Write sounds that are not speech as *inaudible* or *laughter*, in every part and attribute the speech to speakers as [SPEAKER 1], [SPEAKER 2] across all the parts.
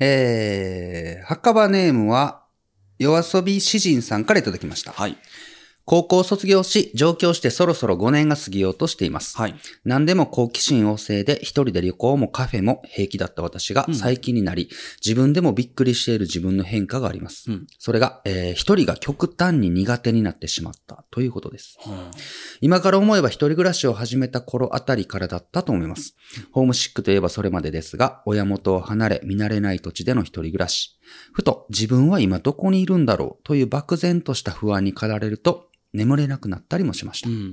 [SPEAKER 1] えー、墓場ネームは、夜遊び詩人さんからいただきました。
[SPEAKER 2] はい。
[SPEAKER 1] 高校を卒業し、上京してそろそろ5年が過ぎようとしています。
[SPEAKER 2] はい。
[SPEAKER 1] 何でも好奇心旺盛で、一人で旅行もカフェも平気だった私が最近になり、自分でもびっくりしている自分の変化があります。
[SPEAKER 2] うん
[SPEAKER 1] それが、えー一人が極端に苦手になってしまったということです。
[SPEAKER 2] うん
[SPEAKER 1] 今から思えば一人暮らしを始めた頃あたりからだったと思います。ホームシックといえばそれまでですが、親元を離れ見慣れない土地での一人暮らし。ふと自分は今どこにいるんだろうという漠然とした不安に駆られると眠れなくなったりもしました。
[SPEAKER 2] うん。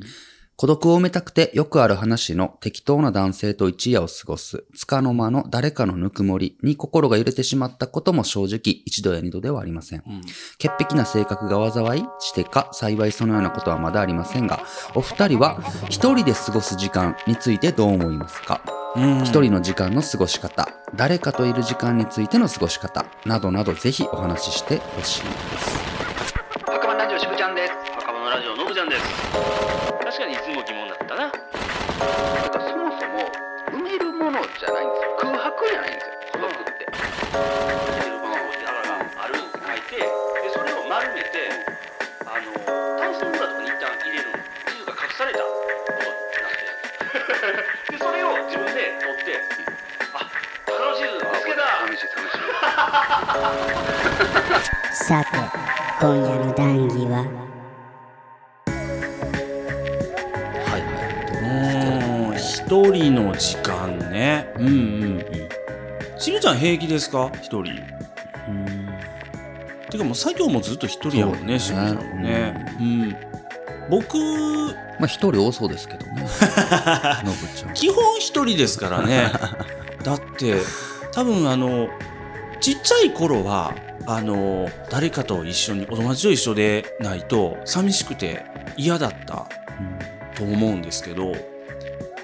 [SPEAKER 1] 孤独を埋めたくてよくある話の適当な男性と一夜を過ごす、つかの間の誰かのぬくもりに心が揺れてしまったことも正直一度や二度ではありません。
[SPEAKER 2] うん。
[SPEAKER 1] 潔癖な性格が災いしてか幸いそのようなことはまだありませんがお二人は一人で過ごす時間についてどう思いますか
[SPEAKER 2] うん
[SPEAKER 1] 一、人の時間の過ごし方誰かといる時間についての過ごし方などなどぜひお話ししてほしいです
[SPEAKER 3] 赤羽ラジオしぶちゃんです
[SPEAKER 4] 赤羽のラジオのぶちゃんです確かにいつも疑問だったな
[SPEAKER 3] そもそも埋めるものじゃないんですよ空白じゃないんですよ孤独って
[SPEAKER 4] あるって書いてでそれを丸めてあの炭素の裏とかに一旦入れるの地図が隠さ
[SPEAKER 3] *laughs*
[SPEAKER 4] れたことになってるでそれを自分で取ってあ宝の地図見つけた
[SPEAKER 3] 寂しい寂しい
[SPEAKER 5] さて今夜の談義は
[SPEAKER 1] はいはい
[SPEAKER 2] うん一人の時間ね。うんうんうん。しるちゃん平気ですか一人。てかもう作業もずっと一人やもんね、し
[SPEAKER 1] そ
[SPEAKER 2] る
[SPEAKER 1] うね
[SPEAKER 2] ちゃんもね。うん。僕、
[SPEAKER 1] まあ一人多そうですけどねのぶちゃん
[SPEAKER 2] 基本一人ですから *laughs* ね。だって、多分あの、ちっちゃい頃は、あの、誰かと一緒に、お友達と一緒でないと、寂しくて嫌だったと思うんですけど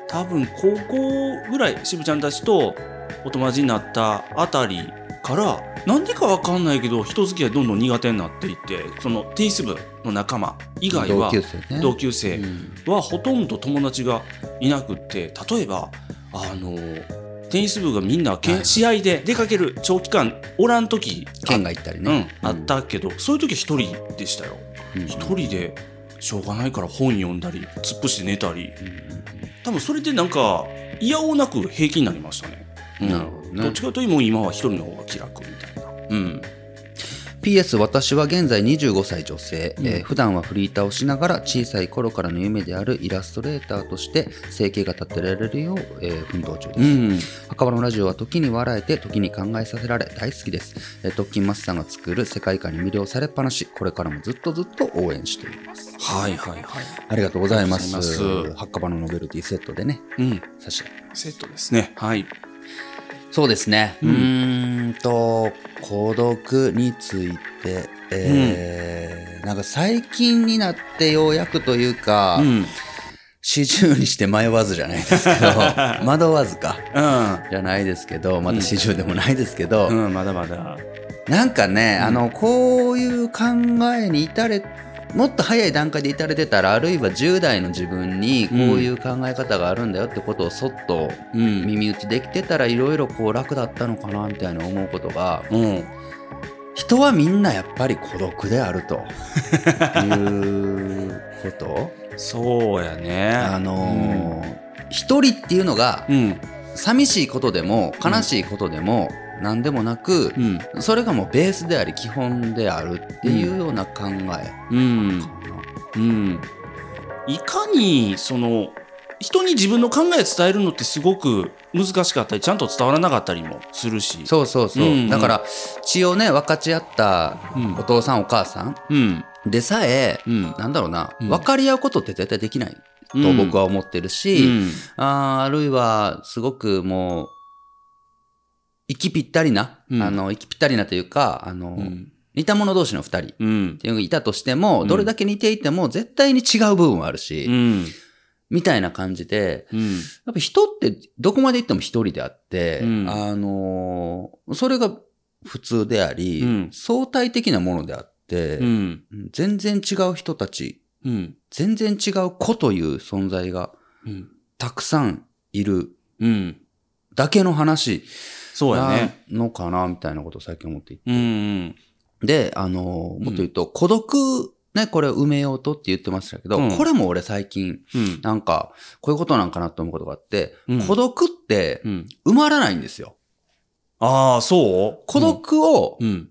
[SPEAKER 2] 多分高校ぐらい渋ちゃんたちとお友達になったあたりからなんでかわかんないけど人付き合いどんどん苦手になっていってそのテニス部の仲間以外
[SPEAKER 1] 同
[SPEAKER 2] は
[SPEAKER 1] 級生ね
[SPEAKER 2] 同級生はほとんど友達がいなくって例えばあのテニス部がみんなけ
[SPEAKER 1] はい
[SPEAKER 2] 試合で出かける長期間おらん時
[SPEAKER 1] 県が行ったり
[SPEAKER 2] うん
[SPEAKER 1] ね、、
[SPEAKER 2] あったけど、そういう時一人でしたよ。
[SPEAKER 1] うん
[SPEAKER 2] 一人でしょうがないから本読んだり突っ伏して寝たり多分それでなんか嫌おうなく平気になりましたね、うん
[SPEAKER 1] なるほどね
[SPEAKER 2] どっちかというともう今は一人の方が気楽みたいなうん、
[SPEAKER 1] PS 私は現在25歳女性、
[SPEAKER 2] うん
[SPEAKER 1] えー普段はフリーターをしながら小さい頃からの夢であるイラストレーターとして生計が立てられるよう、えー奮闘中です、
[SPEAKER 2] ん、
[SPEAKER 1] 墓場のラジオは時に笑えて時に考えさせられ大好きです、えー、特勤マスさんが作る世界観に魅了されっぱなしこれからもずっとずっと応援しています
[SPEAKER 2] はいはいはい
[SPEAKER 1] ありがとうございます
[SPEAKER 2] ありがとうございます
[SPEAKER 1] 墓場のノベルティセットでね
[SPEAKER 2] うん
[SPEAKER 1] 差し上げ
[SPEAKER 2] セットですねはい
[SPEAKER 1] そうですね。う
[SPEAKER 2] うん
[SPEAKER 1] ーんと、孤独について、えーなんか最近になってようやくというか、
[SPEAKER 2] うん、うん、
[SPEAKER 1] 四十にして迷わずじゃないですけ
[SPEAKER 2] *laughs*
[SPEAKER 1] ど、惑わずか。じゃないですけど、まだ四十でもないですけど、
[SPEAKER 2] うん、まだまだ
[SPEAKER 1] なんかね、
[SPEAKER 2] うん
[SPEAKER 1] あの、こういう考えに至れ、もっと早い段階で至れてたら、あるいは10代の自分にこういう考え方があるんだよってことをそっと
[SPEAKER 2] うん
[SPEAKER 1] 耳打ちできてたらいろいろこう楽だったのかなみたいな思うことが
[SPEAKER 2] うん
[SPEAKER 1] 人はみんなやっぱり孤独であるという
[SPEAKER 2] *laughs*
[SPEAKER 1] こと
[SPEAKER 2] そうやね
[SPEAKER 1] あのー一人っていうのが
[SPEAKER 2] うん
[SPEAKER 1] 寂しいことでも悲しいことでも何でもなく
[SPEAKER 2] うん
[SPEAKER 1] それがもうベースであり基本であるっていうような考えかな
[SPEAKER 2] うんうん、いかにその人に自分の考えを伝えるのってすごく難しかったりちゃんと伝わらなかったりもするし
[SPEAKER 1] そうそうそう、
[SPEAKER 2] うんうん
[SPEAKER 1] だから血をね分かち合った
[SPEAKER 2] うん
[SPEAKER 1] お父さんお母さん
[SPEAKER 2] うん
[SPEAKER 1] でさえ
[SPEAKER 2] うん
[SPEAKER 1] なんだろうな、
[SPEAKER 2] うん
[SPEAKER 1] 分かり合うことって絶対できない
[SPEAKER 2] うん
[SPEAKER 1] と僕は思ってる
[SPEAKER 2] う
[SPEAKER 1] し、
[SPEAKER 2] ん
[SPEAKER 1] あーあるいはすごくもう息ぴったりな、
[SPEAKER 2] うん
[SPEAKER 1] あの息ぴったりなというかあの、
[SPEAKER 2] うん
[SPEAKER 1] 似た者同士の2人って
[SPEAKER 2] うん
[SPEAKER 1] いうのがいたとしても、
[SPEAKER 2] うん
[SPEAKER 1] どれだけ似ていても絶対に違う部分はあるし、
[SPEAKER 2] うん
[SPEAKER 1] みたいな感じで
[SPEAKER 2] うん
[SPEAKER 1] やっぱ人ってどこまで行っても一人であって、
[SPEAKER 2] うん
[SPEAKER 1] あのーそれが普通であり、
[SPEAKER 2] うん
[SPEAKER 1] 相対的なものであって、
[SPEAKER 2] うん
[SPEAKER 1] 全然違う人たち
[SPEAKER 2] うん
[SPEAKER 1] 全然違う子という存在が
[SPEAKER 2] うん
[SPEAKER 1] たくさんいる
[SPEAKER 2] うん
[SPEAKER 1] だけの話
[SPEAKER 2] そうやね。
[SPEAKER 1] なのかなみたいなことを最近思っていて
[SPEAKER 2] うんうん。
[SPEAKER 1] で、あのーもっと言うと、孤独、ね、これを埋めようとって言ってましたけど、
[SPEAKER 2] うん
[SPEAKER 1] これも俺最近、
[SPEAKER 2] うん。
[SPEAKER 1] なんか、こういうことなんかなと思うことがあって、
[SPEAKER 2] うん
[SPEAKER 1] 孤独って
[SPEAKER 2] うん。
[SPEAKER 1] 埋まらないんですよ。
[SPEAKER 2] ああ、そう
[SPEAKER 1] 孤独を、
[SPEAKER 2] うん。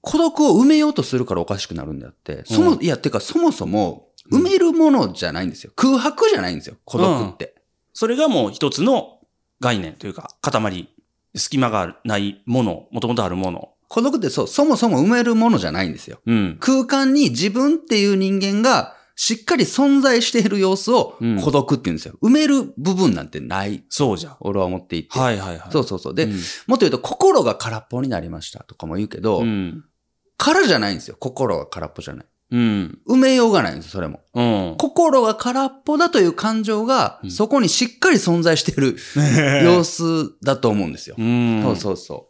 [SPEAKER 1] 孤独を埋めようとするからおかしくなるんであって、そも、
[SPEAKER 2] う
[SPEAKER 1] いや、てかそもそも、埋めるものじゃないんですよ。空白じゃないんですよ、孤独って。
[SPEAKER 2] それがもう一つの概念というか、塊。隙間がないもの、もともとあるもの。
[SPEAKER 1] 孤独ってそう、そもそも埋めるものじゃないんですよ。
[SPEAKER 2] うん。
[SPEAKER 1] 空間に自分っていう人間がしっかり存在している様子を
[SPEAKER 2] うん
[SPEAKER 1] 孤独って言うんですよ。埋める部分なんてない。
[SPEAKER 2] そうじゃ。
[SPEAKER 1] 俺は思っていて。
[SPEAKER 2] はいはいはい。
[SPEAKER 1] そうそうそう。で、
[SPEAKER 2] うん、
[SPEAKER 1] もっと言うと心が空っぽになりましたとかも言うけど、
[SPEAKER 2] うん。
[SPEAKER 1] 空じゃないんですよ。心が空っぽじゃない。
[SPEAKER 2] うん。
[SPEAKER 1] 埋めようがないんですよ、それも。
[SPEAKER 2] うん。
[SPEAKER 1] 心が空っぽだという感情が、
[SPEAKER 2] うん
[SPEAKER 1] そこにしっかり存在している *laughs* 様子だと思うんですよ。
[SPEAKER 2] うん。
[SPEAKER 1] そうそうそ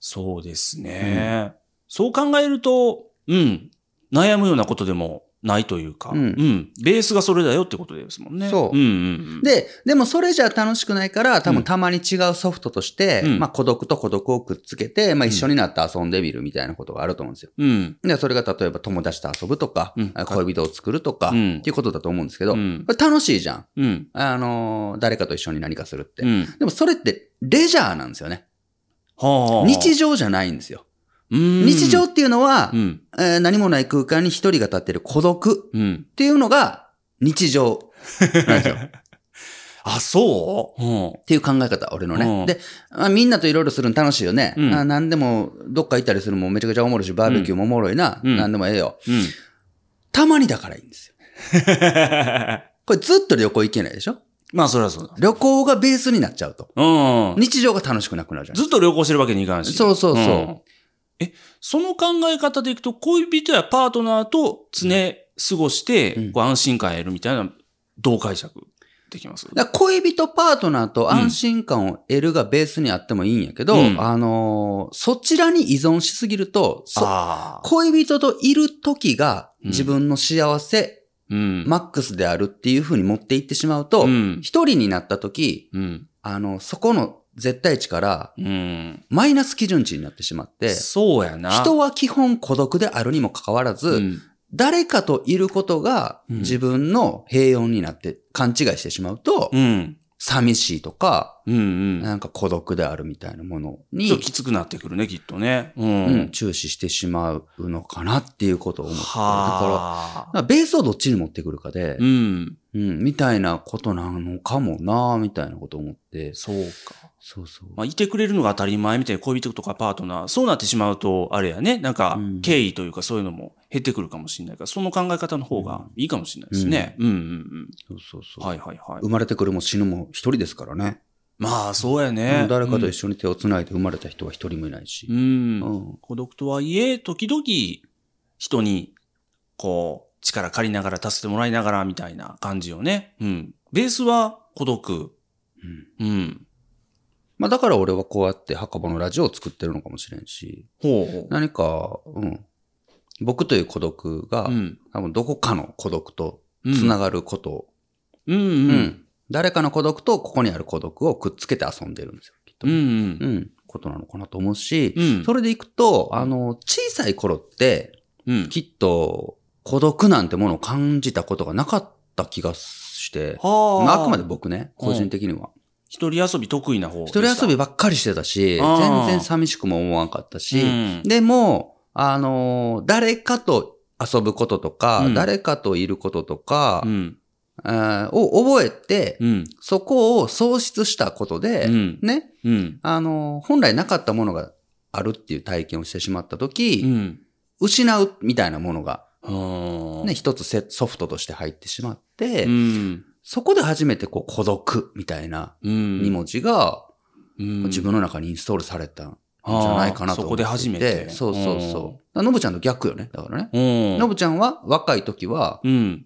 [SPEAKER 2] そうですね。そう考えると、うん。悩むようなことでもないというか、
[SPEAKER 1] うん
[SPEAKER 2] ベースがそれだよってことですもんね。
[SPEAKER 1] そう
[SPEAKER 2] うんうんう
[SPEAKER 1] う。
[SPEAKER 2] ん。、
[SPEAKER 1] で、でもそれじゃ楽しくないから、多
[SPEAKER 2] う
[SPEAKER 1] 分
[SPEAKER 2] ん
[SPEAKER 1] たまに違うソフトとして、
[SPEAKER 2] うん
[SPEAKER 1] まあ孤独と孤独をくっつけて、まあ一緒になって遊んでみるみたいなことがあると思うんですよ。
[SPEAKER 2] うん。
[SPEAKER 1] で、それが例えば友達と遊ぶとか、
[SPEAKER 2] うん
[SPEAKER 1] 恋人を作るとか、
[SPEAKER 2] うん
[SPEAKER 1] っていうことだと思うんですけど、
[SPEAKER 2] うん
[SPEAKER 1] これ楽しいじゃん。
[SPEAKER 2] うん。
[SPEAKER 1] あのー誰かと一緒に何かするって。
[SPEAKER 2] うん。
[SPEAKER 1] でもそれってレジャーなんですよね。
[SPEAKER 2] はあ。
[SPEAKER 1] 日常じゃないんですよ。
[SPEAKER 2] うん
[SPEAKER 1] 日常っていうのは、
[SPEAKER 2] うん。
[SPEAKER 1] えー何もない空間に一人が立ってる孤独
[SPEAKER 2] うん。
[SPEAKER 1] っていうのが日常なんで
[SPEAKER 2] *laughs*
[SPEAKER 1] すよ。っ
[SPEAKER 2] あ、そううん。
[SPEAKER 1] ていう考え方、俺の
[SPEAKER 2] う
[SPEAKER 1] ね。
[SPEAKER 2] ん
[SPEAKER 1] で、あみんなといろいろするの楽しいよね。
[SPEAKER 2] うん
[SPEAKER 1] あ何でもどっか行ったりするのもめちゃくちゃおもろいし、バーベキューもおもろいな。
[SPEAKER 2] うん
[SPEAKER 1] 何でもええよ。
[SPEAKER 2] うん。
[SPEAKER 1] たまにだからいいん
[SPEAKER 2] *laughs*
[SPEAKER 1] ですよ。これずっと旅行行けないでしょ
[SPEAKER 2] まあ、そりゃそうだ。
[SPEAKER 1] 旅行がベースになっちゃうと。
[SPEAKER 2] うん。
[SPEAKER 1] 日常が楽しくなくなるじゃん。
[SPEAKER 2] ずっと旅行してるわけにいかんし。
[SPEAKER 1] そうそうそうん
[SPEAKER 2] え、その考え方でいくと、恋人やパートナーと常過ごして、
[SPEAKER 1] うん
[SPEAKER 2] こう安心感を得るみたいな、どう解釈できます
[SPEAKER 1] だから恋人パートナーと安心感を得るがベースにあってもいいんやけど、
[SPEAKER 2] うん
[SPEAKER 1] あのーそちらに依存しすぎると、そ
[SPEAKER 2] ああ。
[SPEAKER 1] 恋人といる時が
[SPEAKER 2] うん
[SPEAKER 1] 自分の幸せ、
[SPEAKER 2] うん。
[SPEAKER 1] マックスであるっていう風に持っていってしまうと、
[SPEAKER 2] うん。
[SPEAKER 1] 一人になった時、
[SPEAKER 2] うん。
[SPEAKER 1] あの、そこの絶対値から
[SPEAKER 2] うん。
[SPEAKER 1] マイナス基準値になってしまって、
[SPEAKER 2] そうやな。
[SPEAKER 1] 人は基本孤独であるにもかかわらず、
[SPEAKER 2] うん。
[SPEAKER 1] 誰かといることが
[SPEAKER 2] うん
[SPEAKER 1] 自分の平穏になって勘違いしてしまうと、
[SPEAKER 2] うん。
[SPEAKER 1] 寂しいとか、
[SPEAKER 2] うん。うん。
[SPEAKER 1] なんか孤独であるみたいなもの
[SPEAKER 2] ちょっ
[SPEAKER 1] に
[SPEAKER 2] と、きつくなってくるね、きっとね。う。
[SPEAKER 1] うんん、注視してしまうのかなっていうことを思ってる。だか
[SPEAKER 2] は
[SPEAKER 1] ら、だか
[SPEAKER 2] あ。
[SPEAKER 1] らベースをどっちに持ってくるかで
[SPEAKER 2] う、ん。
[SPEAKER 1] うん、みたいなことなのかもなみたいなことを思って、
[SPEAKER 2] そうか。
[SPEAKER 1] そうそう。
[SPEAKER 2] まあ、いてくれるのが当たり前みたいな恋人とかパートナー、そうなってしまうと、あれやね、なんか
[SPEAKER 1] うん、
[SPEAKER 2] 敬意というかそういうのも減ってくるかもしれないから、その考え方の方がいいかもしれないですね。うんうんうん
[SPEAKER 1] そうそうそう。
[SPEAKER 2] はいはいはい。
[SPEAKER 1] 生まれてくるも死ぬも一人ですからね。
[SPEAKER 2] まあ、そうや
[SPEAKER 1] う
[SPEAKER 2] ね
[SPEAKER 1] ん。誰かと一緒に手をつないで生まれた人は一人もいないし
[SPEAKER 2] う。ん。
[SPEAKER 1] う
[SPEAKER 2] うん
[SPEAKER 1] ん。
[SPEAKER 2] 孤独とはいえ、時々、人に、こう、力借りながら、助けてもらいながら、みたいな感じよね。うん。ベースは孤独。うん。
[SPEAKER 1] まあだから俺はこうやって墓場のラジオを作ってるのかもしれんし、
[SPEAKER 2] ほうほう。
[SPEAKER 1] 何か、うん。僕という孤独が、
[SPEAKER 2] うん。
[SPEAKER 1] 多分どこかの孤独と
[SPEAKER 2] うん
[SPEAKER 1] つながることを
[SPEAKER 2] うん
[SPEAKER 1] う
[SPEAKER 2] うん。
[SPEAKER 1] ん。誰かの孤独とここにある孤独をくっつけて遊んでるんですよ、きっと。
[SPEAKER 2] うんうん
[SPEAKER 1] う。んことなのかなと思うし、
[SPEAKER 2] うん
[SPEAKER 1] それでいくと、あの、小さい頃って、
[SPEAKER 2] うん。
[SPEAKER 1] きっと孤独なんてものを感じたことがなかった気がして、
[SPEAKER 2] は
[SPEAKER 1] まあ、あくまで僕ね、個人的には。
[SPEAKER 2] 一人遊び得意な方でし
[SPEAKER 1] 一
[SPEAKER 2] た。
[SPEAKER 1] 人遊びばっかりしてたし、
[SPEAKER 2] あ
[SPEAKER 1] 全
[SPEAKER 2] ー
[SPEAKER 1] 然寂しくも思わなかったし、
[SPEAKER 2] うん
[SPEAKER 1] でも、あのー誰かと遊ぶこととか、
[SPEAKER 2] うん
[SPEAKER 1] 誰かといることとか、
[SPEAKER 2] うん。
[SPEAKER 1] あーを覚えて、
[SPEAKER 2] うん。
[SPEAKER 1] そこを喪失したことで、
[SPEAKER 2] うん
[SPEAKER 1] ね、
[SPEAKER 2] うん。
[SPEAKER 1] あの、本来なかったものがあるっていう体験をしてしまったとき、
[SPEAKER 2] うん。
[SPEAKER 1] 失うみたいなものが、
[SPEAKER 2] うん。
[SPEAKER 1] ね、一つセソフトとして入ってしまって、
[SPEAKER 2] うん。
[SPEAKER 1] そこで初めてこう孤独みたいな
[SPEAKER 2] うん。
[SPEAKER 1] 2文字が
[SPEAKER 2] うん、
[SPEAKER 1] 自分の中にインストールされたんじゃないかなと
[SPEAKER 2] あーそ
[SPEAKER 1] 思
[SPEAKER 2] こ
[SPEAKER 1] って
[SPEAKER 2] で
[SPEAKER 1] いて。
[SPEAKER 2] 初めて。
[SPEAKER 1] そうそうそう。だからノブちゃんと逆よね。だからね。
[SPEAKER 2] うん。うん。
[SPEAKER 1] ノブちゃんは若い時は
[SPEAKER 2] うん。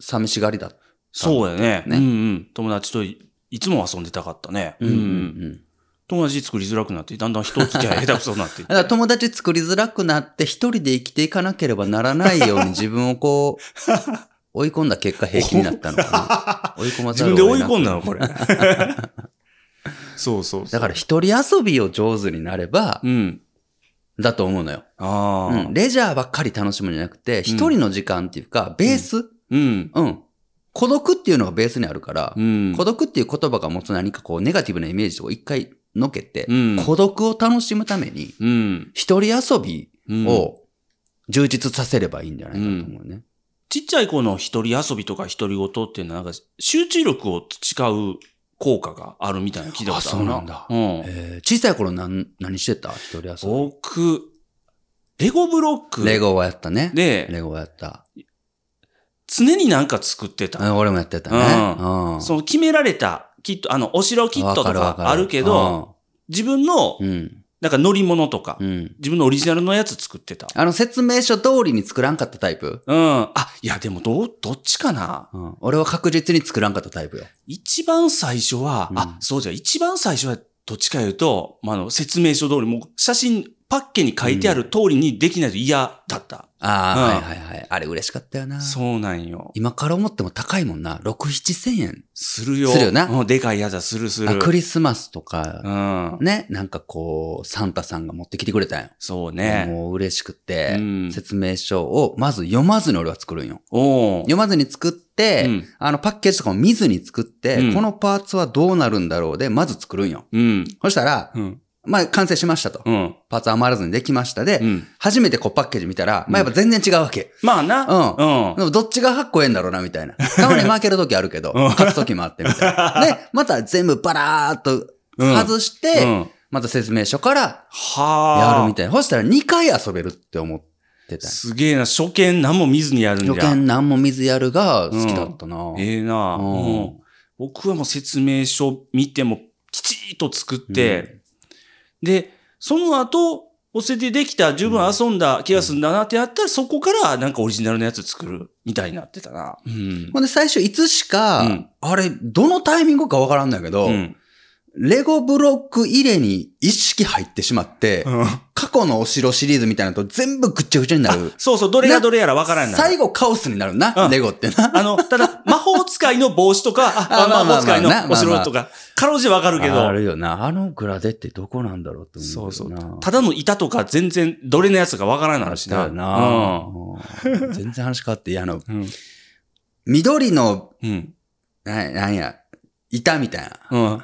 [SPEAKER 1] 寂しがりだった。
[SPEAKER 2] そうやね。
[SPEAKER 1] ね
[SPEAKER 2] うんうん。友達といいつも遊んでたかったね。
[SPEAKER 1] うんうんうん。
[SPEAKER 2] 友達作りづらくなって、だんだん人付き合い下手くそになってい
[SPEAKER 1] *laughs*
[SPEAKER 2] っ
[SPEAKER 1] だから
[SPEAKER 2] て。
[SPEAKER 1] 友達作りづらくなって一人で生きていかなければならない
[SPEAKER 2] *laughs*
[SPEAKER 1] ように自分をこう、追い込んだ
[SPEAKER 2] *laughs*
[SPEAKER 1] 結果平気になったのかな。追い込ま
[SPEAKER 2] 自
[SPEAKER 1] ざる
[SPEAKER 2] 分
[SPEAKER 1] を
[SPEAKER 2] で
[SPEAKER 1] 得な
[SPEAKER 2] 追い
[SPEAKER 1] く *laughs*
[SPEAKER 2] 込んだの、これ。そうそうそう。
[SPEAKER 1] だから、一人遊びを上手になれば
[SPEAKER 2] う、ん。
[SPEAKER 1] だと思うのよ。
[SPEAKER 2] ああ、
[SPEAKER 1] うん。レジャーばっかり楽しむんじゃなくて、一人の時間っていうか、ベース、
[SPEAKER 2] うん。
[SPEAKER 1] うん、孤独っていうのがベースにあるから、
[SPEAKER 2] うん。
[SPEAKER 1] 孤独っていう言葉が持つ何かこう、ネガティブなイメージを一回のけて、
[SPEAKER 2] うん
[SPEAKER 1] 孤独を楽しむために、
[SPEAKER 2] うん。
[SPEAKER 1] 一人遊び
[SPEAKER 2] うん。
[SPEAKER 1] を充実させればいいんじゃないかと思うね。
[SPEAKER 2] ちっちゃい子の一人遊びとか一人ごとっていうのは、なんか集中力を培う効果があるみたいなの聞いたことあ
[SPEAKER 1] あ
[SPEAKER 2] る
[SPEAKER 1] そうなんだ
[SPEAKER 2] うん。
[SPEAKER 1] えー小さい頃何、何してた一人遊
[SPEAKER 2] 僕、レゴブロッ
[SPEAKER 1] び。
[SPEAKER 2] ク。
[SPEAKER 1] レゴはやったね。
[SPEAKER 2] で、
[SPEAKER 1] レゴはやった。
[SPEAKER 2] 常になんか作って
[SPEAKER 1] う
[SPEAKER 2] た。
[SPEAKER 1] ん俺もやってたね。うん。
[SPEAKER 2] その決められた、キット、あの、お城キット
[SPEAKER 1] わ
[SPEAKER 2] と
[SPEAKER 1] るわ
[SPEAKER 2] か
[SPEAKER 1] る
[SPEAKER 2] あるけど、、自分の
[SPEAKER 1] う、ん。
[SPEAKER 2] なんか乗り物とか
[SPEAKER 1] う、ん。
[SPEAKER 2] 自分のオリジナルのやつ作ってた。
[SPEAKER 1] あの、説明書通りに作らんかったタイプ
[SPEAKER 2] うん。あ、いや、でも、どう、どっちかな
[SPEAKER 1] うん。俺は確実に作らんかったタイプよ。
[SPEAKER 2] 一番最初は、
[SPEAKER 1] うん
[SPEAKER 2] あ、そうじゃ、一番最初は、どっちか言うと、まあ、あの、説明書通り、もう、写真、パッケに書いてある通りにできないと嫌だった。
[SPEAKER 1] ああ、
[SPEAKER 2] うん
[SPEAKER 1] はいはいはい。あれ嬉しかったよな。
[SPEAKER 2] そうなんよ。
[SPEAKER 1] 今から思っても高いもんな。6、7千円。
[SPEAKER 2] するよ。
[SPEAKER 1] するよな
[SPEAKER 2] うん、でかいやつはするす
[SPEAKER 1] あ
[SPEAKER 2] る。
[SPEAKER 1] クリスマスとか、
[SPEAKER 2] うん。
[SPEAKER 1] ね、なんかこう、サンタさんが持ってきてくれたんよ。
[SPEAKER 2] そうね。
[SPEAKER 1] もう嬉しくて、
[SPEAKER 2] うん
[SPEAKER 1] 説明書をまず読まずに俺は作るんよ。
[SPEAKER 2] おう
[SPEAKER 1] 読まずに作って、
[SPEAKER 2] うん
[SPEAKER 1] あのパッケージとかも見ずに作って、
[SPEAKER 2] うん
[SPEAKER 1] このパーツはどうなるんだろうで、まず作るんよ。
[SPEAKER 2] うん。
[SPEAKER 1] そしたら、
[SPEAKER 2] うん。
[SPEAKER 1] まあ完成しましたと。
[SPEAKER 2] うん。
[SPEAKER 1] パーツ余らずにできましたで、
[SPEAKER 2] うん。
[SPEAKER 1] 初めてこうパッケージ見たら、まあやっぱ全然違うわけ。
[SPEAKER 2] まあな。
[SPEAKER 1] うん。
[SPEAKER 2] うん。
[SPEAKER 1] でもどっちがかっこええんだろうな、み
[SPEAKER 2] *laughs*
[SPEAKER 1] たいな。たまに負ける時あるけど、
[SPEAKER 2] うん
[SPEAKER 1] 勝つ時もあって、みたい
[SPEAKER 2] *laughs*
[SPEAKER 1] な。で、また全部バラーっと
[SPEAKER 2] うん
[SPEAKER 1] 外して、
[SPEAKER 2] うん。
[SPEAKER 1] また説明書から
[SPEAKER 2] はあ。
[SPEAKER 1] やるみたいな。そしたら2回遊べるって思ってたよ。
[SPEAKER 2] すげえな。初見何も見ずにやるんじゃ
[SPEAKER 1] 予
[SPEAKER 2] ん。
[SPEAKER 1] 見何も水やるが好きだったな。
[SPEAKER 2] ええな、
[SPEAKER 1] う
[SPEAKER 2] うんん、僕はもう説明書見てもきちっと作って、で、その後、お世でできた、十分遊んだ気がするんだなってやったら、そこからなんかオリジナルのやつ作るみたいになってたな。うん
[SPEAKER 1] ほんで最初いつしか、
[SPEAKER 2] うん
[SPEAKER 1] あれ、どのタイミングかわからんないけど、
[SPEAKER 2] うん。
[SPEAKER 1] レゴブロック入れに一式入ってしまって、過去のお城シリーズみたいなのと全部ぐっちゃぐちゃになる。
[SPEAKER 2] そうそう、どれがどれやらわからんない。
[SPEAKER 1] 最後カオスになるな、
[SPEAKER 2] うん
[SPEAKER 1] レゴってな。
[SPEAKER 2] あの、ただ、魔法使いの帽子とか、あ、
[SPEAKER 1] あまあま
[SPEAKER 2] 魔
[SPEAKER 1] あ
[SPEAKER 2] 法使いの
[SPEAKER 1] まあまあ
[SPEAKER 2] お城とか、かろうじてわかるけど、
[SPEAKER 1] あるよな。あのグラデってどこなんだろうって
[SPEAKER 2] そ
[SPEAKER 1] 思う
[SPEAKER 2] う
[SPEAKER 1] け
[SPEAKER 2] そ
[SPEAKER 1] どな。
[SPEAKER 2] う。ただの板とか全然、どれのやつかわからんなるし
[SPEAKER 1] だ
[SPEAKER 2] な。
[SPEAKER 1] よ
[SPEAKER 2] うん
[SPEAKER 1] な。うん全然話変わって、いやあの、
[SPEAKER 2] うん。
[SPEAKER 1] 緑の、
[SPEAKER 2] うん。
[SPEAKER 1] ななんや、板みたいな。 *laughs*
[SPEAKER 2] うん。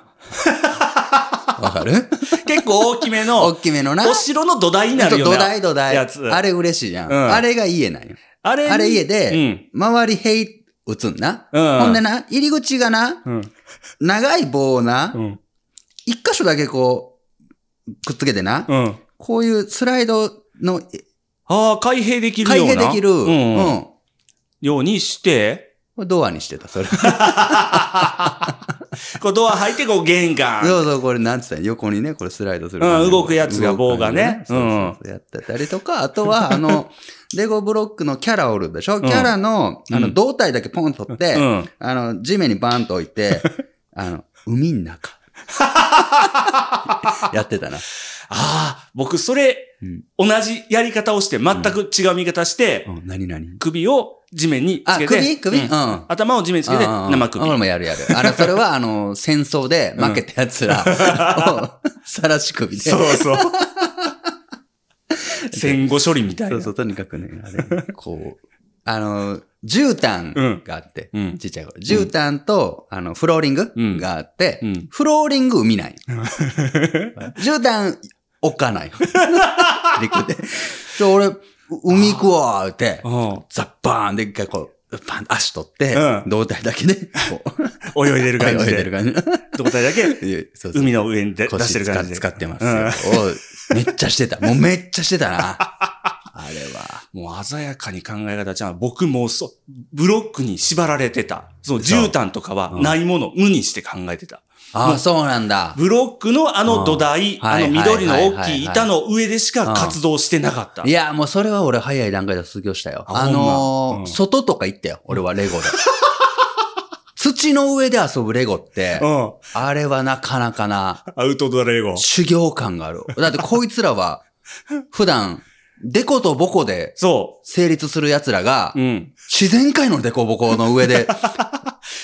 [SPEAKER 1] わ
[SPEAKER 2] *laughs*
[SPEAKER 1] かる
[SPEAKER 2] 結構大きめの
[SPEAKER 1] 大、きめのな。
[SPEAKER 2] お城の土台にな
[SPEAKER 1] ちょ
[SPEAKER 2] る
[SPEAKER 1] っと
[SPEAKER 2] よ
[SPEAKER 1] 土
[SPEAKER 2] ね。
[SPEAKER 1] 台土台。
[SPEAKER 2] やつ
[SPEAKER 1] あれ嬉しいやん。
[SPEAKER 2] うん
[SPEAKER 1] あれが家なんよ。
[SPEAKER 2] あれに
[SPEAKER 1] あれ家で、周り塀打つんな。
[SPEAKER 2] うん。うん。
[SPEAKER 1] ほんでな、入り口がな、
[SPEAKER 2] うん。
[SPEAKER 1] 長い棒をな
[SPEAKER 2] う、ん。
[SPEAKER 1] 一箇所だけこう、くっつけてな、
[SPEAKER 2] うん。
[SPEAKER 1] こういうスライドの
[SPEAKER 2] ああ、開閉できるよ
[SPEAKER 1] 開
[SPEAKER 2] う
[SPEAKER 1] 閉
[SPEAKER 2] な。
[SPEAKER 1] できる、う
[SPEAKER 2] うん
[SPEAKER 1] ん。
[SPEAKER 2] ようにして、
[SPEAKER 1] これドアにしてた、それ。
[SPEAKER 2] こうドア入って、こう玄関。
[SPEAKER 1] そうそう、これなんつったん横にね、これスライドする。
[SPEAKER 2] うん動くやつが
[SPEAKER 1] 動く
[SPEAKER 2] 棒がね
[SPEAKER 1] そうそうそうやってたりとか、あとは、あ
[SPEAKER 2] *laughs*
[SPEAKER 1] の、レゴブロックのキャラおるでしょ、キャラの、あ
[SPEAKER 2] う
[SPEAKER 1] の、
[SPEAKER 2] ん
[SPEAKER 1] 胴体だけポンと取って、
[SPEAKER 2] うん。
[SPEAKER 1] あの、地面にバーンと置い
[SPEAKER 2] *laughs*
[SPEAKER 1] て、あの、海ん中。やってたな。
[SPEAKER 2] ああ、僕、それ、
[SPEAKER 1] うん
[SPEAKER 2] 同じやり方をして、全く違う見方して、
[SPEAKER 1] うん、何々。
[SPEAKER 2] 首を地面につ
[SPEAKER 1] あ、
[SPEAKER 2] けて。
[SPEAKER 1] 首首う。
[SPEAKER 2] うんん頭を地面につけて、
[SPEAKER 1] うんうん
[SPEAKER 2] 生首。
[SPEAKER 1] 俺もやるやる。あの、それは、あの、戦争で負けた奴らを、
[SPEAKER 2] *laughs*
[SPEAKER 1] さらし首で。
[SPEAKER 2] そうそう。
[SPEAKER 1] *laughs*
[SPEAKER 2] 戦後処理みたい
[SPEAKER 1] そ
[SPEAKER 2] な。
[SPEAKER 1] うそう、とにかくね、あ
[SPEAKER 2] *laughs*
[SPEAKER 1] れ、こう、あの、絨毯があって、
[SPEAKER 2] うん
[SPEAKER 1] ちっちゃい頃。絨毯と、あの、フローリン
[SPEAKER 2] うん
[SPEAKER 1] グがあって、
[SPEAKER 2] うん
[SPEAKER 1] フローリング見ない。
[SPEAKER 2] *laughs*
[SPEAKER 1] 絨毯置かない。陸で。で、俺、海行くわ、言って、ザッバーンで一回こう、パンと足取って、
[SPEAKER 2] うん
[SPEAKER 1] 胴体だけで、こう、
[SPEAKER 2] うん。泳いでる感
[SPEAKER 1] *laughs*
[SPEAKER 2] じ
[SPEAKER 1] 泳いで
[SPEAKER 2] で
[SPEAKER 1] る。感じ。
[SPEAKER 2] どこだけ
[SPEAKER 1] そうそう
[SPEAKER 2] 海の上に出出
[SPEAKER 1] 腰
[SPEAKER 2] してる感じで。
[SPEAKER 1] 使っ使ってますよ、おいめっちゃしてた。もうめっちゃしてたな。あれは。
[SPEAKER 2] うんもう鮮やかに考え方じゃん。僕もうそ、ブロックに縛られてた。その
[SPEAKER 1] そう
[SPEAKER 2] 絨毯とかは
[SPEAKER 1] うん
[SPEAKER 2] ないもの、無にして考えてた。
[SPEAKER 1] ああ、そうなんだ。
[SPEAKER 2] ブロックのあの土台
[SPEAKER 1] う、んは
[SPEAKER 2] あ
[SPEAKER 1] い
[SPEAKER 2] の緑の
[SPEAKER 1] はいはい
[SPEAKER 2] 大
[SPEAKER 1] はい
[SPEAKER 2] きい板の上でし
[SPEAKER 1] うん
[SPEAKER 2] か活動してなかった
[SPEAKER 1] い。や、もうそれは俺早い段階で卒業したよ。
[SPEAKER 2] あ
[SPEAKER 1] あ
[SPEAKER 2] ほ
[SPEAKER 1] の
[SPEAKER 2] ん
[SPEAKER 1] ー
[SPEAKER 2] まうん
[SPEAKER 1] 外とか行ったよ。俺はレゴで。 *laughs* 土の上で遊ぶレゴって
[SPEAKER 2] う、ん。
[SPEAKER 1] あれはなかなかな
[SPEAKER 2] アウトドアレゴ。
[SPEAKER 1] 修行感がある。だってこいつら
[SPEAKER 2] *laughs*
[SPEAKER 1] は、普段、デコとボコで
[SPEAKER 2] そ
[SPEAKER 1] 成立する奴らが
[SPEAKER 2] う。う、ん。 *laughs*
[SPEAKER 1] 自然界のデコボコの上で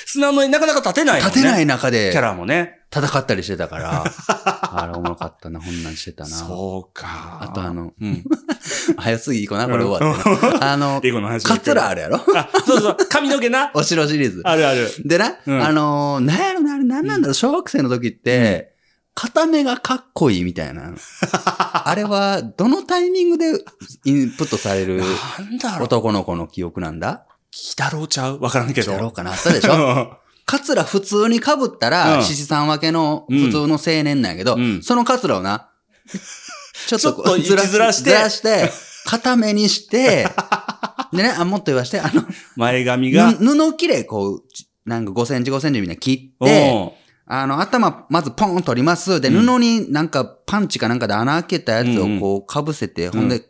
[SPEAKER 2] 砂の上になかなか立てないもんね。
[SPEAKER 1] 立てない中で
[SPEAKER 2] キャラもね。
[SPEAKER 1] 戦ったりしてた
[SPEAKER 2] *laughs*
[SPEAKER 1] から、あれおもろかったな、こんなんしてたな。
[SPEAKER 2] そうか。
[SPEAKER 1] あとあの、
[SPEAKER 2] うん。
[SPEAKER 1] *laughs* 早すぎいいかな、これ終わってな。あの
[SPEAKER 2] *laughs* リ、ゴの話。
[SPEAKER 1] カツラあるやろ *laughs*
[SPEAKER 2] あ、そうそう。髪の毛な。
[SPEAKER 1] お城シリーズ。
[SPEAKER 2] あるある。
[SPEAKER 1] でな、
[SPEAKER 2] うん
[SPEAKER 1] あのー、なんやろな、あれなんなんだろう、小学生の時って、片目がかっこいいみたい
[SPEAKER 2] *laughs*
[SPEAKER 1] な。あれは、どのタイミングでインプットされる
[SPEAKER 2] なんだろう。
[SPEAKER 1] 男の子の記憶なんだ
[SPEAKER 2] キタロウちゃうわからんけど。
[SPEAKER 1] だろうかな、あったでしょカツラ普通に被ったら、
[SPEAKER 2] うん
[SPEAKER 1] 獅子さん分けの普通の青年なんやけど、
[SPEAKER 2] うん
[SPEAKER 1] そのカツラを
[SPEAKER 2] *laughs*
[SPEAKER 1] な、ちょっとこう
[SPEAKER 2] ちょっと
[SPEAKER 1] ずらし
[SPEAKER 2] ずらして
[SPEAKER 1] ずらして、片目に
[SPEAKER 2] *laughs*
[SPEAKER 1] して、でね、あ、もっと言わして、あの、
[SPEAKER 2] *laughs* 前髪が。
[SPEAKER 1] ぬ布切れ、こう、なんか5センチ5センチみたいな切って、あの、頭、まずポン取ります。で、
[SPEAKER 2] うん
[SPEAKER 1] 布になんかパンチかなんかで穴開けたやつ
[SPEAKER 2] うんうん
[SPEAKER 1] をこう被せて、ほんで、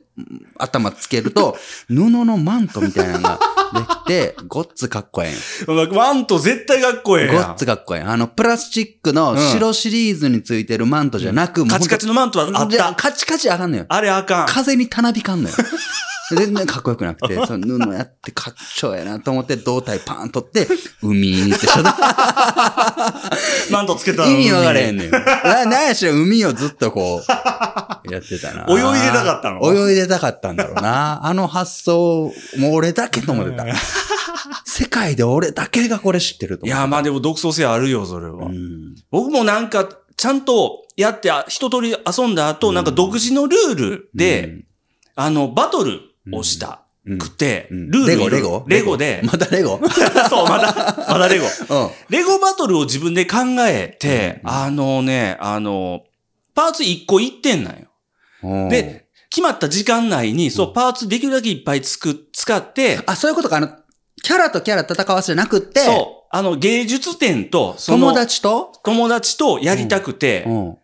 [SPEAKER 1] 頭つける
[SPEAKER 2] *laughs*
[SPEAKER 1] と、布のマントみたいなのが *laughs* できて、ごっつかっこえ
[SPEAKER 2] *laughs* うん。ワンと絶対かっこ
[SPEAKER 1] え
[SPEAKER 2] え
[SPEAKER 1] ん。
[SPEAKER 2] え
[SPEAKER 1] ご
[SPEAKER 2] や
[SPEAKER 1] っ
[SPEAKER 2] ん
[SPEAKER 1] つ。かっこええん。あの、プラスチックの白シリーズについてるマントじゃなく、もうほ
[SPEAKER 2] カ
[SPEAKER 1] んと
[SPEAKER 2] チカチのマントはあっ
[SPEAKER 1] じゃあ
[SPEAKER 2] た。
[SPEAKER 1] カチカチあかんのよ。
[SPEAKER 2] あれあかん。
[SPEAKER 1] 風にたなびかん
[SPEAKER 2] *laughs*
[SPEAKER 1] のよ。全然かっこよくなくて、その布やってかっちょええなと思って、胴体パーン取
[SPEAKER 2] *laughs*
[SPEAKER 1] って、海ってしょ
[SPEAKER 2] マントつけた
[SPEAKER 1] 意味わからへん
[SPEAKER 2] ね。
[SPEAKER 1] ねん。な、なんやしら海をずっと
[SPEAKER 2] *laughs*
[SPEAKER 1] こう、やってたな。
[SPEAKER 2] 泳いでたかったの
[SPEAKER 1] 泳いでたかったんだろうな。あの発想、もう俺だけと思ってた。 *laughs* 世界で俺だけがこれ知ってると
[SPEAKER 2] い
[SPEAKER 1] 思う。
[SPEAKER 2] や、まあでも独創性あるよ、それは。
[SPEAKER 1] うん、
[SPEAKER 2] 僕もなんか、ちゃんとやって、あ一通り遊んだ後、なんか独自のルールで、あの、バトルをした
[SPEAKER 1] うん、
[SPEAKER 2] くて、
[SPEAKER 1] うん
[SPEAKER 2] ルール
[SPEAKER 1] レゴ、レゴ
[SPEAKER 2] レゴで、
[SPEAKER 1] またレ
[SPEAKER 2] *laughs*
[SPEAKER 1] ゴ
[SPEAKER 2] そう、まだ、まだレゴ。
[SPEAKER 1] うん。
[SPEAKER 2] レゴバトルを自分で考えて、
[SPEAKER 1] うん
[SPEAKER 2] あのね、あの、パーツ1個1点なんよ。
[SPEAKER 1] おう
[SPEAKER 2] で、決まった時間内に、そう、パーツできるだけいっぱいつく、使って、
[SPEAKER 1] あ、そういうことか。あの、キャラとキャラ戦わせじゃなくて、
[SPEAKER 2] そう、あの、芸術点と、その
[SPEAKER 1] 友、達と、
[SPEAKER 2] 友達とやりたくて、
[SPEAKER 1] うん